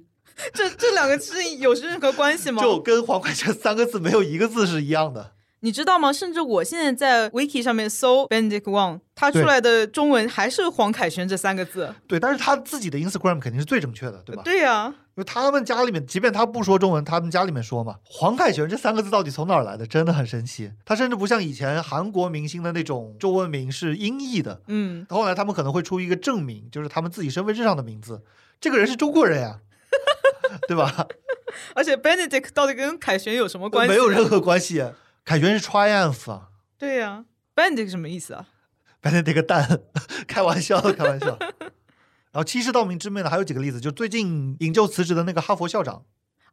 Speaker 1: 这这两个是有任何关系吗？
Speaker 2: 就跟黄凯旋三个字没有一个字是一样的。
Speaker 1: 你知道吗？甚至我现在在 Wiki 上面搜 Benedict Wong，他出
Speaker 2: 对
Speaker 1: 来的中文还是黄凯旋这三个字。
Speaker 2: 对，但是他自己的 Instagram 肯定是最正确的，对吧？
Speaker 1: 对啊呀、
Speaker 2: 因为他们家里面，即便他不说中文，他们家里面说嘛，黄凯旋这三个字到底从哪儿来的，真的很神奇。他甚至不像以前韩国明星的那种中文名是音译的，
Speaker 1: 嗯，
Speaker 2: 后来他们可能会出一个证明，就是他们自己身份证上的名字，这个人是中国人呀，对吧？
Speaker 1: 而且 Benedict 到底跟凯旋有什么 关系？啊
Speaker 2: 没有任。何关系。凯旋是 triumph 啊，
Speaker 1: 对呀、b e n e d i c t 什么意思啊？
Speaker 2: 白天这个蛋， 开玩笑，开玩笑。然后欺世盗名之辈呢，还有几个例子，就最近引咎辞职的那个哈佛校长，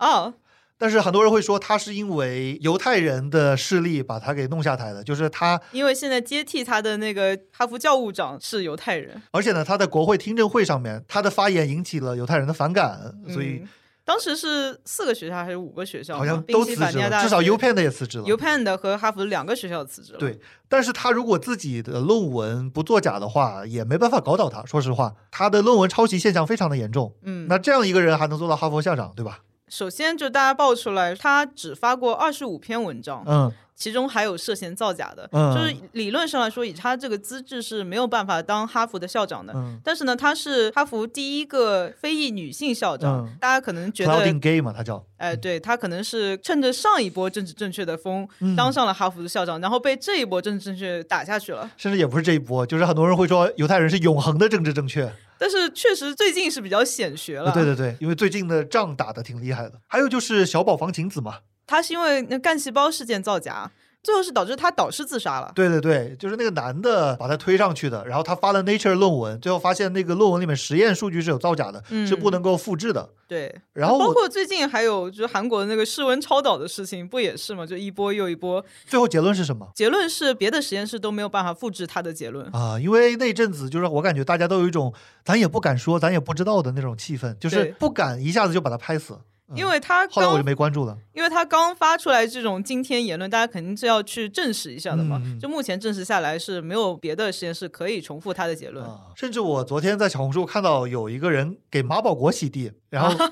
Speaker 1: 哦，
Speaker 2: 但是很多人会说他是因为犹太人的势力把他给弄下台的，就是他，
Speaker 1: 因为现在接替他的那个哈佛教务长是犹太人，
Speaker 2: 而且呢，他在国会听证会上面，他的发言引起了犹太人的反感，所以
Speaker 1: 嗯当时是四个学校还是五个学校吗？
Speaker 2: 好像
Speaker 1: 宾
Speaker 2: 都辞
Speaker 1: 夕法
Speaker 2: 职
Speaker 1: 尼亚
Speaker 2: 了，
Speaker 1: 大
Speaker 2: 至少
Speaker 1: 学
Speaker 2: U Penn 的也辞职了。
Speaker 1: U Penn 的和哈佛两个学校辞职了。
Speaker 2: 对，但是他如果自己的论文不作假的话，也没办法搞倒他。说实话，他的论文抄袭现象非常的严重。
Speaker 1: 嗯，
Speaker 2: 那这样一个人还能做到哈佛校长，对吧？
Speaker 1: 首先就大家爆出来，他只发过二十五篇文章，
Speaker 2: 嗯，
Speaker 1: 其中还有涉嫌造假的，
Speaker 2: 嗯
Speaker 1: 就是理论上来说，以他这个资质是没有办法当哈佛的校长的。
Speaker 2: 嗯
Speaker 1: 但是呢，她是哈佛第一个非裔女性校长，
Speaker 2: 嗯
Speaker 1: 大家可能觉
Speaker 2: c l o u d i n
Speaker 1: 得，
Speaker 2: Gay 嘛，他叫。
Speaker 1: 哎，对她可能是趁着上一波政治正确的风、
Speaker 2: 嗯
Speaker 1: 当上了哈佛的校长，然后被这一波政治正确打下去了。
Speaker 2: 甚至也不是这一波，就是很多人会说犹太人是永恒的政治正确。
Speaker 1: 但是确实最近是比较显学了，
Speaker 2: 对对对，因为最近的仗打得挺厉害的。还有就是小宝房晴子嘛，
Speaker 1: 她是因为那干细胞事件造假，最后是导致她导师自杀了。
Speaker 2: 对对对，就是那个男的把他推上去的，然后他发了 Nature 论文，最后发现那个论文里面实验数据是有造假的，是不
Speaker 1: 嗯
Speaker 2: 能够复制的。
Speaker 1: 对，
Speaker 2: 然后
Speaker 1: 包
Speaker 2: 我
Speaker 1: 括最近还有就是韩国的那个室温超导的事情，不也是吗？就一波又一波，
Speaker 2: 最后结论是什么？
Speaker 1: 结论是别的实验室都没有办法复制它的结论。
Speaker 2: 啊，因为那阵子就是我感觉大家都有一种咱也不敢说，咱也不知道的那种气氛，就是
Speaker 1: 对
Speaker 2: 不敢一下子就把他拍死。嗯
Speaker 1: 因为他
Speaker 2: 后来我就
Speaker 1: 刚，
Speaker 2: 没关注了。
Speaker 1: 因为他刚发出来这种惊天言论，大家肯定是要去证实一下的嘛。
Speaker 2: 嗯
Speaker 1: 就目前证实下来是没有别的实验室可以重复他的结论。
Speaker 2: 啊，甚至我昨天在小红书看到有一个人给马保国洗地，然 后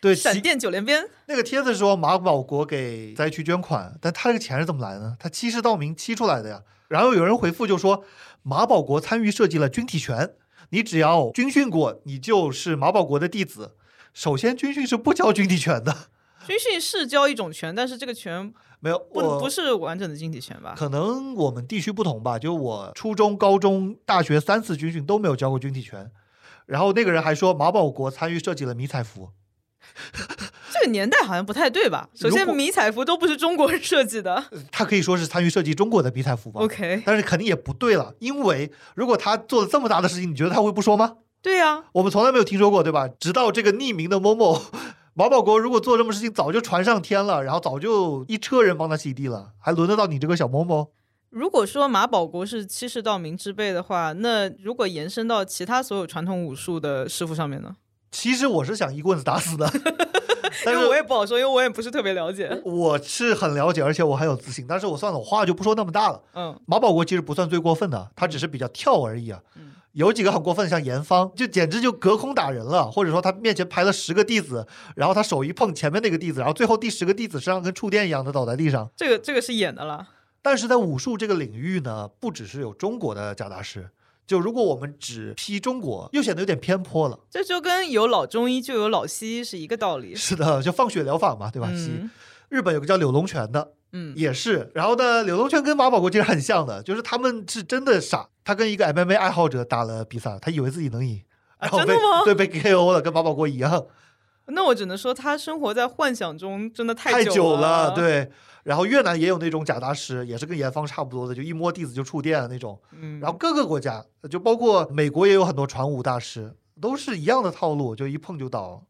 Speaker 2: 对
Speaker 1: 闪
Speaker 2: 洗
Speaker 1: 电九连鞭，
Speaker 2: 那个帖子说马保国给灾区捐款，但他这个钱是怎么来呢？他欺世盗名欺出来的呀。然后有人回复就说马保国参与设计了军体拳，你只要军训过，你就是马保国的弟子。首先，军训是不教军体拳的，
Speaker 1: 军训是教一种拳，但是这个拳
Speaker 2: 没有
Speaker 1: 不
Speaker 2: 我
Speaker 1: 不是完整的晶体拳吧？
Speaker 2: 可能我们地区不同吧，就我初中、高中、大学三次军训都没有教过军体拳。然后那个人还说马保国参与设计了迷彩服，
Speaker 1: 这个年代好像不太对吧？首
Speaker 2: 如
Speaker 1: 先，
Speaker 2: 果
Speaker 1: 迷彩服都不是中国人设计的。
Speaker 2: 他可以说是参与设计中国的迷彩服吧。
Speaker 1: OK，
Speaker 2: 但是肯定也不对了，因为如果他做了这么大的事情，你觉得他会不说吗？
Speaker 1: 对呀、
Speaker 2: 我们从来没有听说过，对吧？直到这个匿名的某某 马保国，如果做这么事情，早就传上天了，然后早就一车人帮他洗地了，还轮得到你这个小某某？
Speaker 1: 如果说马保国是欺世盗名之辈的话，那如果延伸到其他所有传统武术的师傅上面呢？
Speaker 2: 其实我是想一棍子打死的，但
Speaker 1: 因为我
Speaker 2: 是嗯
Speaker 1: 也不好说，因为我也不是特别了解。
Speaker 2: 我是很了解，而且我很有自信。但是我算了，我话就不说那么大了。
Speaker 1: 嗯，
Speaker 2: 马保国其实不算最过分的，他只是比较跳而已啊。
Speaker 1: 嗯
Speaker 2: 有几个很过分，像严芳，就简直就隔空打人了，或者说他面前排了十个弟子，然后他手一碰前面那个弟子，然后最后第十个弟子身上跟触电一样的倒在地上。
Speaker 1: 这个这个是演的啦。
Speaker 2: 但是在武术这个领域呢，不只是有中国的假大师，就如果我们只批中国，又显得有点偏颇了。
Speaker 1: 这就跟有老中医就有老西医是一个道理。
Speaker 2: 是的，就放血疗法嘛，对吧？西
Speaker 1: 嗯，
Speaker 2: 日本有个叫柳龙泉的，
Speaker 1: 嗯
Speaker 2: 也是。然后呢，柳龙泉跟马保国其实很像的，就是他们是真的傻。他跟一个 MMA 爱好者打了比赛，他以为自己能赢，然后
Speaker 1: 啊真
Speaker 2: 被、
Speaker 1: 的吗
Speaker 2: 对被 KO 了，跟马保国 一样，
Speaker 1: 那我只能说他生活在幻想中真的
Speaker 2: 太
Speaker 1: 久
Speaker 2: 久
Speaker 1: 了，，
Speaker 2: 对。然后越南也有那种假大师，也是跟严方差不多的，就一摸弟子就触电的啊那种。
Speaker 1: 嗯，
Speaker 2: 然后各个国家，就包括美国也有很多传武大师，都是一样的套路，就一碰就倒。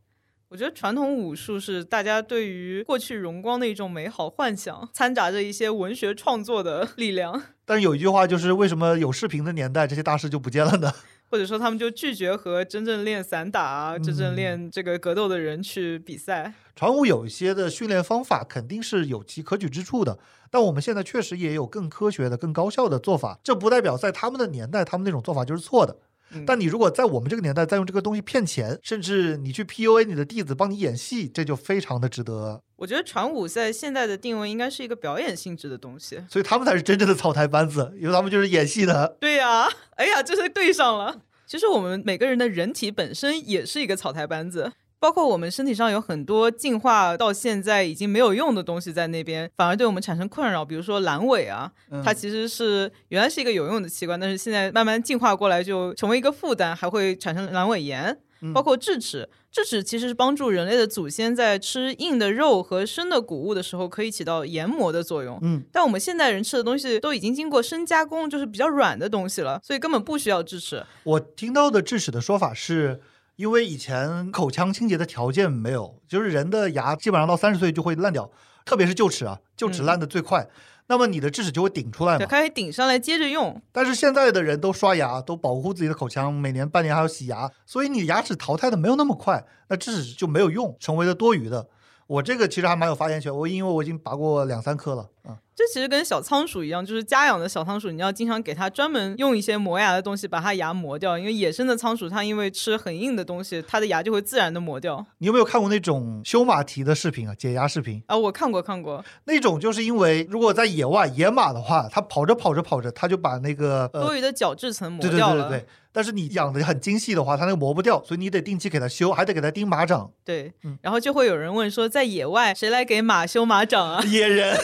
Speaker 1: 我觉得传统武术是大家对于过去荣光的一种美好幻想，掺杂着一些文学创作的力量，
Speaker 2: 但是有一句话就是，为什么有视频的年代这些大师就不见了呢？
Speaker 1: 或者说他们就拒绝和真正练散打啊、真正练这个格斗的人去比赛。
Speaker 2: 传武有一些的训练方法肯定是有其可取之处的，但我们现在确实也有更科学的、更高效的做法。这不代表在他们的年代，他们那种做法就是错的。
Speaker 1: 嗯
Speaker 2: 但你如果在我们这个年代再用这个东西骗钱，甚至你去 PUA 你的弟子帮你演戏，这就非常的值得。
Speaker 1: 我觉得传武在现在的定位应该是一个表演性质的东西。
Speaker 2: 所以他们才是真正的草台班子，因为他们就是演戏的。
Speaker 1: 对呀、 哎呀，这是对上了。其实我们每个人的人体本身也是一个草台班子，包括我们身体上有很多进化到现在已经没有用的东西在那边，反而对我们产生困扰。比如说阑尾啊，它
Speaker 2: 嗯
Speaker 1: 其实是原来是一个有用的器官，但是现在慢慢进化过来就成为一个负担，还会产生阑尾炎。
Speaker 2: 嗯
Speaker 1: 包括智齿，智齿其实是帮助人类的祖先在吃硬的肉和生的谷物的时候，可以起到研磨的作用。
Speaker 2: 嗯，
Speaker 1: 但我们现代人吃的东西都已经经过深加工，就是比较软的东西了，所以根本不需要智齿。
Speaker 2: 我听到的智齿的说法是，因为以前口腔清洁的条件没有，就是人的牙基本上到三十岁就会烂掉，特别是臼齿啊，臼齿
Speaker 1: 嗯
Speaker 2: 烂的最快，那么你的智齿就会顶出来
Speaker 1: 对，
Speaker 2: 嘛。
Speaker 1: 它可以顶上来接着用。
Speaker 2: 但是现在的人都刷牙，都保护自己的口腔，每年半年还要洗牙，所以你牙齿淘汰的没有那么快，那智齿就没有用，成为了多余的。我这个其实还蛮有发言权，我因为我已经拔过两三颗了，嗯，
Speaker 1: 这其实跟小仓鼠一样，就是家养的小仓鼠，你要经常给它专门用一些磨牙的东西把它牙磨掉，因为野生的仓鼠它因为吃很硬的东西，它的牙就会自然的磨掉。
Speaker 2: 你有没有看过那种修马蹄的视频啊，解牙视频？
Speaker 1: 啊，我看过看过，
Speaker 2: 那种就是因为如果在野外野马的话，它跑着跑着跑着，它就把那个呃，
Speaker 1: 多余的角质层磨
Speaker 2: 对对
Speaker 1: 掉
Speaker 2: 对
Speaker 1: 了。
Speaker 2: 对对。但是你养的很精细的话，它那个磨不掉，所以你得定期给它修，还得给它钉马掌。
Speaker 1: 对
Speaker 2: 嗯
Speaker 1: 然后就会有人问说，在野外谁来给马修马掌啊？
Speaker 2: 野人，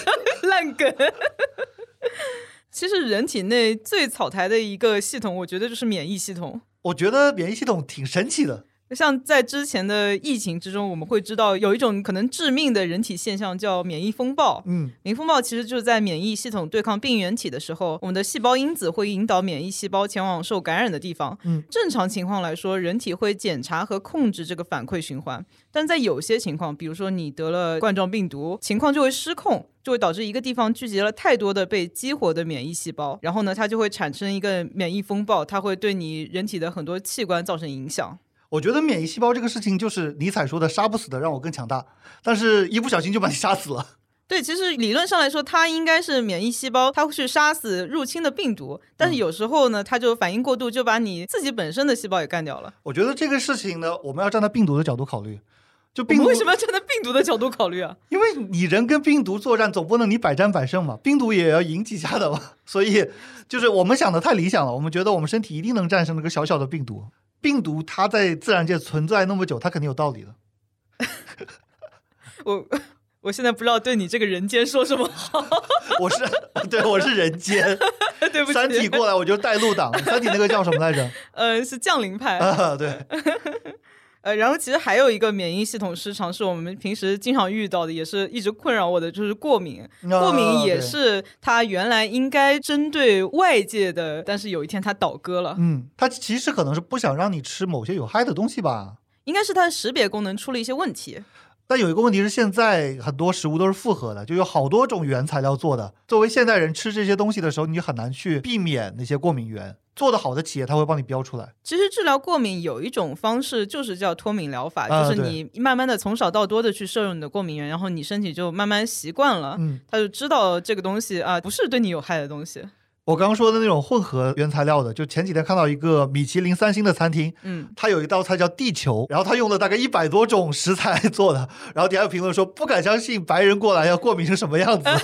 Speaker 1: 烂梗。其实人体内最草台的一个系统，我觉得就是免疫系统。
Speaker 2: 我觉得免疫系统挺神奇的。
Speaker 1: 像在之前的疫情之中，我们会知道有一种可能致命的人体现象叫免疫风暴。
Speaker 2: 嗯，
Speaker 1: 免疫风暴其实就是在免疫系统对抗病原体的时候，我们的细胞因子会引导免疫细胞前往受感染的地方。
Speaker 2: 嗯，
Speaker 1: 正常情况来说，人体会检查和控制这个反馈循环，但在有些情况，比如说你得了冠状病毒，情况就会失控。就会导致一个地方聚集了太多的被激活的免疫细胞，然后呢，它就会产生一个免疫风暴，它会对你人体的很多器官造成影响。
Speaker 2: 我觉得免疫细胞这个事情就是尼采说的“杀不死的，让我更强大”，但是一不小心就把你杀死了。
Speaker 1: 对，其实理论上来说，它应该是免疫细胞，它会去杀死入侵的病毒，但
Speaker 2: 嗯
Speaker 1: 是有时候呢，它就反应过度，就把你自己本身的细胞也干掉了。
Speaker 2: 我觉得这个事情呢，我们要站在病毒的角度考虑。就
Speaker 1: 我
Speaker 2: 病
Speaker 1: 们
Speaker 2: 毒
Speaker 1: 为什么要站在病毒的角度考虑啊？
Speaker 2: 因为你人跟病毒作战，总不能你百战百胜嘛， 病毒也要赢几下的嘛。 所以，就是我们想的太理想了，我们觉得我们身体一定能战胜那个小小的病毒。病毒它在自然界存在那么久，它肯定有道理的。
Speaker 1: 我我现在不知道对你这个人间说什么 好，
Speaker 2: 我是 对，我是人间
Speaker 1: 对 不起。
Speaker 2: 三体过来，我就带路党。三体那个叫什么 来着？
Speaker 1: 呃，是降临派。
Speaker 2: 啊，对，
Speaker 1: 呃，然后其实还有一个免疫系统失常，是我们平时经常遇到的，也是一直困扰我的，就是过敏。过敏
Speaker 2: 啊
Speaker 1: 也
Speaker 2: 对
Speaker 1: 是它原来应该针对外界的，但是有一天它倒戈了。
Speaker 2: 嗯，它其实可能是不想让你吃某些有害的东西吧。
Speaker 1: 应该是它的识别功能出了一些问题。
Speaker 2: 但有一个问题是，现在很多食物都是复合的，就有好多种原材料做的。作为现代人吃这些东西的时候，你很难去避免那些过敏源。做得好的企业，它会帮你标出来。
Speaker 1: 其实治疗过敏有一种方式就是叫脱敏疗法，
Speaker 2: 啊
Speaker 1: 就是你慢慢的从少到多的去摄入你的过敏源，然后你身体就慢慢习惯了，
Speaker 2: 嗯，
Speaker 1: 他就知道这个东西啊不是对你有害的东西。
Speaker 2: 我刚刚说的那种混合原材料的，就前几天看到一个米其林三星的餐厅，
Speaker 1: 嗯，
Speaker 2: 它有一道菜叫地球，然后它用了大概一百多种食材 做的，然后底下有评论说不敢相信白人过来要过敏成什么样子了。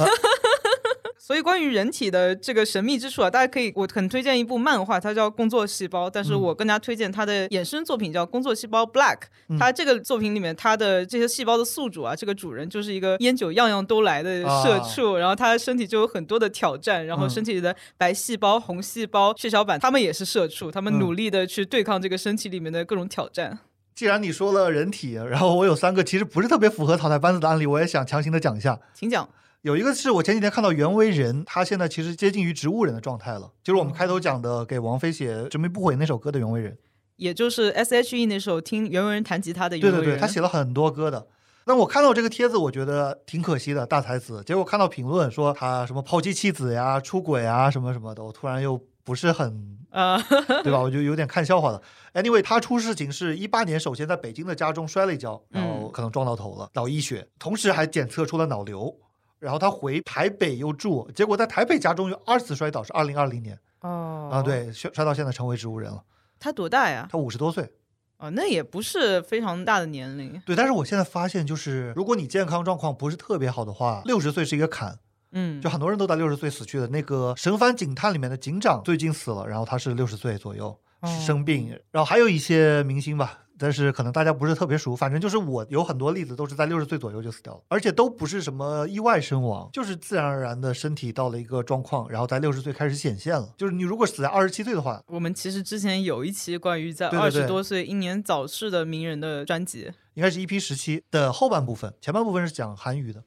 Speaker 1: 所以关于人体的这个神秘之处啊，大家可以，我很推荐一部漫画，它叫《工作细胞》，但是
Speaker 2: 嗯
Speaker 1: 我更加推荐它的衍生作品叫《工作细胞 Black》。它
Speaker 2: 嗯
Speaker 1: 这个作品里面，它的这些细胞的宿主啊，这个主人就是一个烟酒样样都来的
Speaker 2: 啊
Speaker 1: 社畜，然后他身体就有很多的挑战，然
Speaker 2: 嗯
Speaker 1: 后身体里的白细胞、红细胞、血小板，他们也是社畜，他们
Speaker 2: 嗯
Speaker 1: 努力的去对抗这个身体里面的各种挑战。
Speaker 2: 既然你说了人体，然后我有三个其实不是特别符合草台班子的案例，我也想强行的讲一下。
Speaker 1: 请讲。
Speaker 2: 有一个是我前几天看到袁惟仁，他现在其实接近于植物人的状态了，就是我们
Speaker 1: 哦
Speaker 2: 开头讲的给王菲写《执迷不悔》那首歌的袁惟仁。
Speaker 1: 也就是 S.H.E 那首听袁惟仁弹吉他的袁
Speaker 2: 对
Speaker 1: 惟
Speaker 2: 对
Speaker 1: 仁，
Speaker 2: 对，他写了很多歌的。那我看到这个帖子，我觉得挺可惜的，大才子。结果看到评论说他什么抛妻弃子呀、出轨啊什么什么的，我突然又不是很
Speaker 1: 呃，
Speaker 2: 对吧？我就有点看笑话了。Anyway，他出事情是一八年，首先在北京的家中摔了一跤，然
Speaker 1: 嗯
Speaker 2: 后可能撞到头了，脑溢血，同时还检测出了脑瘤。然后他回台北又住，结果在台北家中又二次摔倒，是二零二零年
Speaker 1: 哦
Speaker 2: 啊，，对，摔摔到现在成为植物人了。
Speaker 1: 他多大呀？
Speaker 2: 他五十多岁，
Speaker 1: 哦，那也不是非常大的年龄。
Speaker 2: 对。但是我现在发现，就是如果你健康状况不是特别好的话，六十岁是一个坎，
Speaker 1: 嗯，
Speaker 2: 就很多人都在六十岁死去的。那个《神番警探》里面的警长最近死了，然后他是六十岁左右
Speaker 1: 哦
Speaker 2: 生病，然后还有一些明星吧。但是可能大家不是特别熟，反正就是我有很多例子都是在六十岁左右就死掉了，而且都不是什么意外身亡，就是自然而然的身体到了一个状况，然后在六十岁开始显现了。就是你如果死在二十七岁的话，
Speaker 1: 我们其实之前有一期关于在
Speaker 2: 对
Speaker 1: 二
Speaker 2: 对对
Speaker 1: 十多岁英年早逝的名人的专辑，
Speaker 2: 应该是一批时期的后半部分，前半部分是讲韩语的。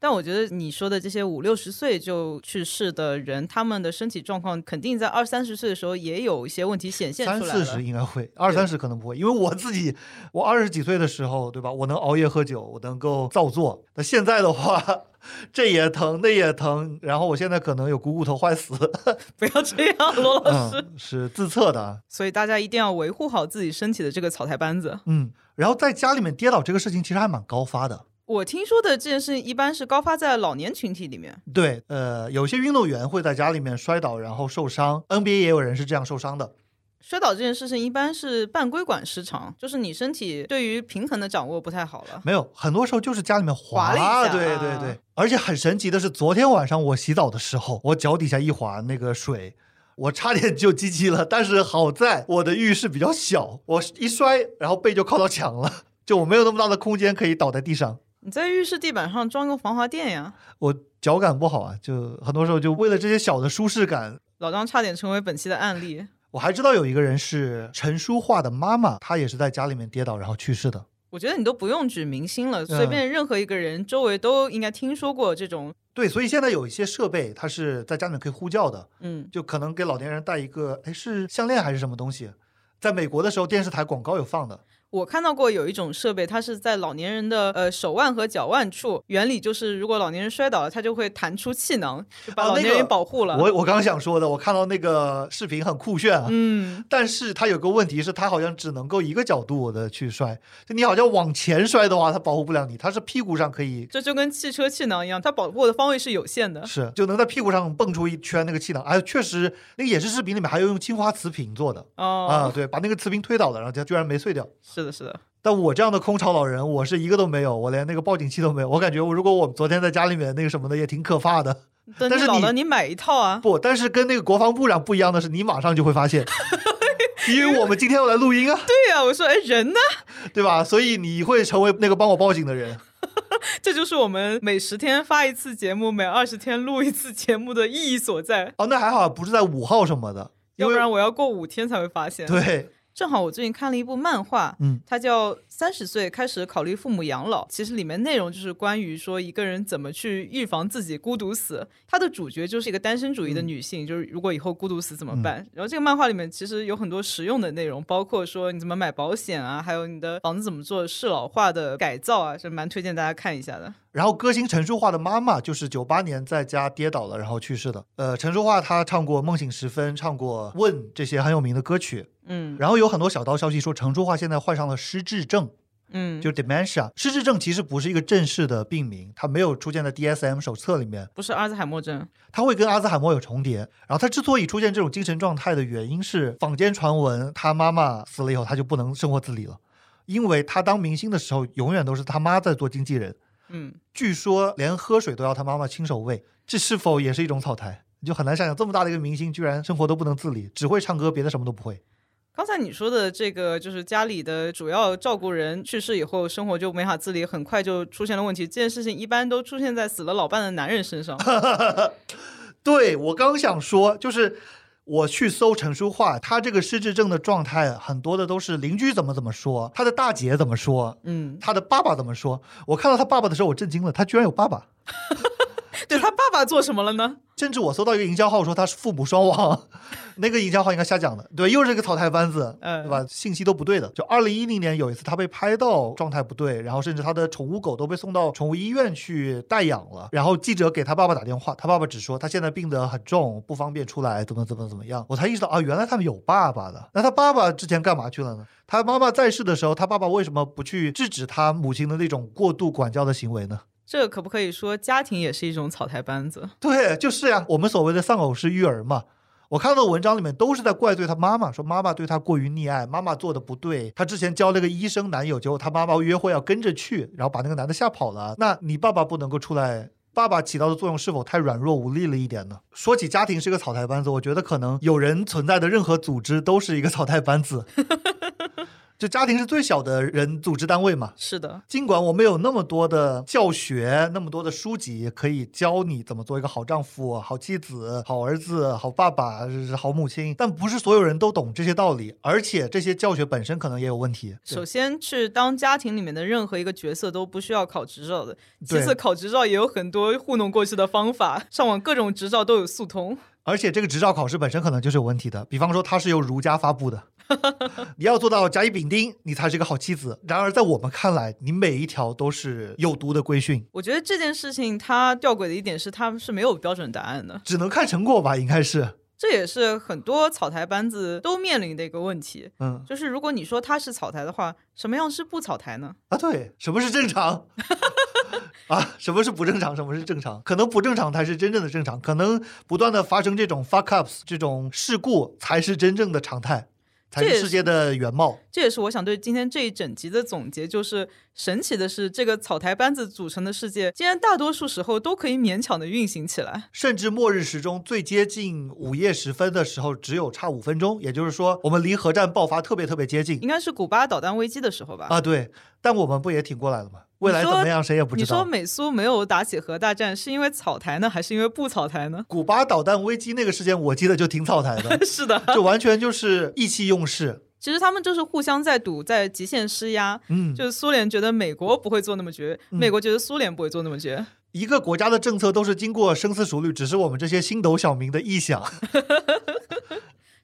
Speaker 1: 但我觉得你说的这些五六十岁就去世的人，他们的身体状况肯定在二三十岁的时候也有一些问题显现
Speaker 2: 三
Speaker 1: 出来
Speaker 2: 四十
Speaker 1: 了。
Speaker 2: 应该会，二三十可能不会，因为我自己我二十几岁的时候，对吧？我能熬夜喝酒，我能够造作。那现在的话， 这也疼那也疼，然后我现在可能有股骨头坏死，
Speaker 1: 不要这样，罗 老师。
Speaker 2: 嗯，是自测的啊，
Speaker 1: 所以大家一定要维护好自己身体的这个草台班子。
Speaker 2: 嗯。然后在家里面跌倒这个事情其实还蛮高发的，
Speaker 1: 我听说的这件事情一般是高发在老年群体里面。
Speaker 2: 对，呃，有些运动员会在家里面摔倒然后受伤，NBA 也有人是这样受伤的，
Speaker 1: 摔倒这件事情一般是半规管失常，就是你身体对于平衡的掌握不太好了。
Speaker 2: 没有，很多时候就是家里面
Speaker 1: 滑了一下
Speaker 2: 对
Speaker 1: 啊
Speaker 2: 对对，而且很神奇的是，昨天晚上我洗澡的时候，我脚底下一滑，那个水。我差点就鸡鸡了，但是好在我的浴室比较小，我一摔，然后背就靠到墙了，就我没有那么大的空间可以倒在地上。
Speaker 1: 你在浴室地板上装个防滑垫呀，
Speaker 2: 我脚感不好啊，就很多时候就为了这些小的舒适感。
Speaker 1: 老张差点成为本期的案例。
Speaker 2: 我还知道有一个人是陈淑桦的妈妈，她也是在家里面跌倒然后去世的。
Speaker 1: 我觉得你都不用举明星了，随
Speaker 2: 嗯
Speaker 1: 便任何一个人周围都应该听说过这种。
Speaker 2: 对，所以现在有一些设备，它是在家里面可以呼叫的，
Speaker 1: 嗯，
Speaker 2: 就可能给老年人戴一个，哎，是项链还是什么东西？在美国的时候，电视台广告有放的，
Speaker 1: 我看到过有一种设备，它是在老年人的呃手腕和脚腕处，原理就是如果老年人摔倒了，它就会弹出气囊，就把
Speaker 2: 啊
Speaker 1: 老
Speaker 2: 那
Speaker 1: 年人
Speaker 2: 个
Speaker 1: 保护了。
Speaker 2: 我我刚想说的，我看到那个视频很酷炫啊，
Speaker 1: 嗯，
Speaker 2: 但是它有个问题是，它好像只能够一个角度的去摔，就你好像往前摔的话，它保护不了你，它是屁股上可以
Speaker 1: 这就跟汽车气囊一样，它保护的方位是有限的。
Speaker 2: 是就能在屁股上蹦出一圈那个气囊，哎，确实那个演示视频里面还有用青花瓷瓶做的
Speaker 1: 哦，
Speaker 2: 啊，对，把那个瓷瓶推倒了，然后它居然没碎掉。
Speaker 1: 是的，是的，
Speaker 2: 但我这样的空巢老人，我是一个都没有，我连那个报警器都没有。我感觉我如果我昨天在家里面那个什么的，也挺可怕的。
Speaker 1: 等你
Speaker 2: 但是
Speaker 1: 老
Speaker 2: 你
Speaker 1: 了，你买一套啊。
Speaker 2: 不，但是跟那个国防部长不一样的是，你马上就会 发现，因为我们今天要来录音啊，
Speaker 1: 对呀、我说，哎，人呢？
Speaker 2: 对吧？所以你会成为那个帮我报警的人。
Speaker 1: 这就是我们每十天发一次节目，每二十天录一次节目的意义所在。
Speaker 2: 哦，那还好，不是在五号什么的，因
Speaker 1: 要不
Speaker 2: 为
Speaker 1: 然我要过五天才会发现。，
Speaker 2: 对，
Speaker 1: 正好我最近看了一部漫画，
Speaker 2: 嗯，
Speaker 1: 它叫《三十岁开始考虑父母养老》，其实里面内容就是关于说一个人怎么去预防自己孤独死。它的主角就是一个单身主义
Speaker 2: 嗯
Speaker 1: 的女性，就是如果以后孤独死怎么办？然后这个漫画里面其实有很多实用的内容，包括说你怎么买保险啊，还有你的房子怎么做适老化的改造啊，是蛮推荐大家看一下的。
Speaker 2: 然后歌星陈淑桦的妈妈就是九八年在家跌倒了，然后去世的。呃，陈淑桦她唱过《梦醒时分》，唱过《问》这些很有名的歌曲。
Speaker 1: 嗯
Speaker 2: 然后有很多小道消息说，陈淑桦现在患上了失智症。
Speaker 1: 嗯，
Speaker 2: 就 dementia 失智症其实不是一个正式的病名，它没有出现在 DSM 手册里面，
Speaker 1: 不是阿兹海默症。
Speaker 2: 它会跟阿兹海默有重叠。然后它之所以出现这种精神状态的原因是，坊间传闻他妈妈死了以后，他就不能生活自理了，因为他当明星的时候，永远都是他妈在做经纪人。
Speaker 1: 嗯，
Speaker 2: 据说连喝水都要他妈妈亲手喂，这是否也是一种草台？你就很难想象这么大的一个明星，居然生活都不能自理，只会唱歌，别的什么都不会。
Speaker 1: 刚才你说的这个，就是家里的主要照顾人去世以后，生活就没法自理，很快就出现了问题。这件事情一般都出现在死了老伴的男人身上。
Speaker 2: 对我刚想说，就是我去搜陈淑桦，她这个失智症的状态，很多的都是邻居怎么怎么说，她的大姐怎么说，
Speaker 1: 嗯，
Speaker 2: 她的爸爸怎么说。我看到她爸爸的时候，我震惊了，她居然有爸爸。
Speaker 1: 对他爸爸做什么了呢？
Speaker 2: 甚至我搜到一个营销号说他是父母双亡， 那个营销号应该瞎讲的，对，又是一个草台班子，
Speaker 1: 嗯
Speaker 2: 对吧？信息都不对的。就二零一零年有一次他被拍到状态不对，然后甚至他的宠物狗都被送到宠物医院去代养了。然后记者给他爸爸打电话，他爸爸只说他现在病得很重，不方便出来，怎么怎么怎么样。我才意识到啊，原来他们有爸爸的。那他爸爸之前干嘛去了呢？他妈妈在世的时候，他爸爸为什么不去制止他母亲的那种过度管教的行为呢？
Speaker 1: 这可不可以说家庭也是一种草台班子？
Speaker 2: 对，就是呀、我们所谓的丧偶式育儿嘛。我看到的文章里面都是在怪罪他妈妈，说妈妈对他过于溺爱，妈妈做的不对。他之前交了个医生男友，结果他妈妈约会要跟着去，然后把那个男的吓跑了。那你爸爸不能够出来，爸爸起到的作用是否太软弱无力了一点呢？说起家庭是个草台班子，我觉得可能有人存在的任何组织都是一个草台班子。 就家庭是最小的人组织单位嘛，
Speaker 1: 是的，
Speaker 2: 尽管我们有那么多的教学，那么多的书籍可以教你怎么做一个好丈夫、好妻子、好儿子、好爸爸、好母亲，但不是所有人都懂这些道理，而且这些教学本身可能也有问题。
Speaker 1: 首先是当家庭里面的任何一个角色都不需要考执照的，其
Speaker 2: 对
Speaker 1: 次考执照也有很多糊弄过去的方法，上网各种执照都有速通。
Speaker 2: 而且这个执照考试本身可能就是有问题的，比方说它是由儒家发布的， 你要做到甲乙丙丁，你才是一个好妻子。然而在我们看来，你每一条都是有毒的规训，
Speaker 1: 我觉得这件事情它吊诡的一点是，他们是没有标准答案的，
Speaker 2: 只能看成果吧，应该是，
Speaker 1: 这也是很多草台班子都面临的一个问题。
Speaker 2: 嗯
Speaker 1: 就是如果你说它是草台的话，什么样是不草台呢？
Speaker 2: 啊，对，什么是正常？ 啊，什么是不正常？什么是正常？可能不正常才是真正的正常，可能不断的发生这种 fuck ups 这种事故才是真正的常态，才
Speaker 1: 这也
Speaker 2: 是
Speaker 1: 是
Speaker 2: 世界的原貌。
Speaker 1: 这也是我想对今天这一整集的总结，就是神奇的是，这个草台班子组成的世界，竟然大多数时候都可以勉强的运行起来。
Speaker 2: 甚至末日时钟最接近午夜时分的时候，只有差五分钟，也就是说，我们离核战爆发特别特别接近
Speaker 1: 应该是古巴导弹危机的时候吧？
Speaker 2: 啊。对，但我们不也挺过来了吗？未来
Speaker 1: 你
Speaker 2: 怎
Speaker 1: 说
Speaker 2: 么样，谁也不
Speaker 1: 你
Speaker 2: 知
Speaker 1: 说
Speaker 2: 道。？
Speaker 1: 美苏没有打起核大战，是因为草台呢，还是因为不草台呢，
Speaker 2: 古巴导弹危机那个事件，我记得就挺草台的
Speaker 1: 是的，
Speaker 2: 就完全就是意气用事。
Speaker 1: 其实他们就是互相在赌，在极限施压。
Speaker 2: 嗯，
Speaker 1: 就是苏联觉得美国不会做那么绝，美国觉得苏联不会做那么绝。
Speaker 2: 一个国家的政策都是经过深思熟虑，只是我们这些星斗小民的臆想。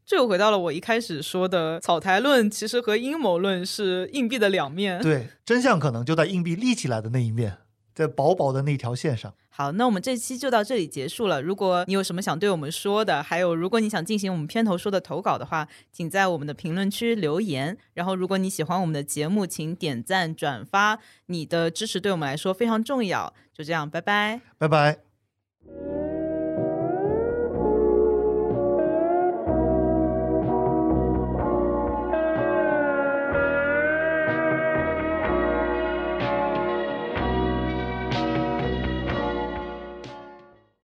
Speaker 1: 这又回到了我一开始说的草台论，其实和阴谋论是硬币的两面。
Speaker 2: 对，真相可能就在硬币立起来的那一面，在薄薄的那条线上。
Speaker 1: 好，那我们这期就到这里结束了。如果你有什么想对我们说的，还有如果你想进行我们片头说的投稿的话，请在我们的评论区留言。然后，如果你喜欢我们的节目，请点赞转发，你的支持对我们来说非常重要。就这样，拜拜。
Speaker 2: 拜拜。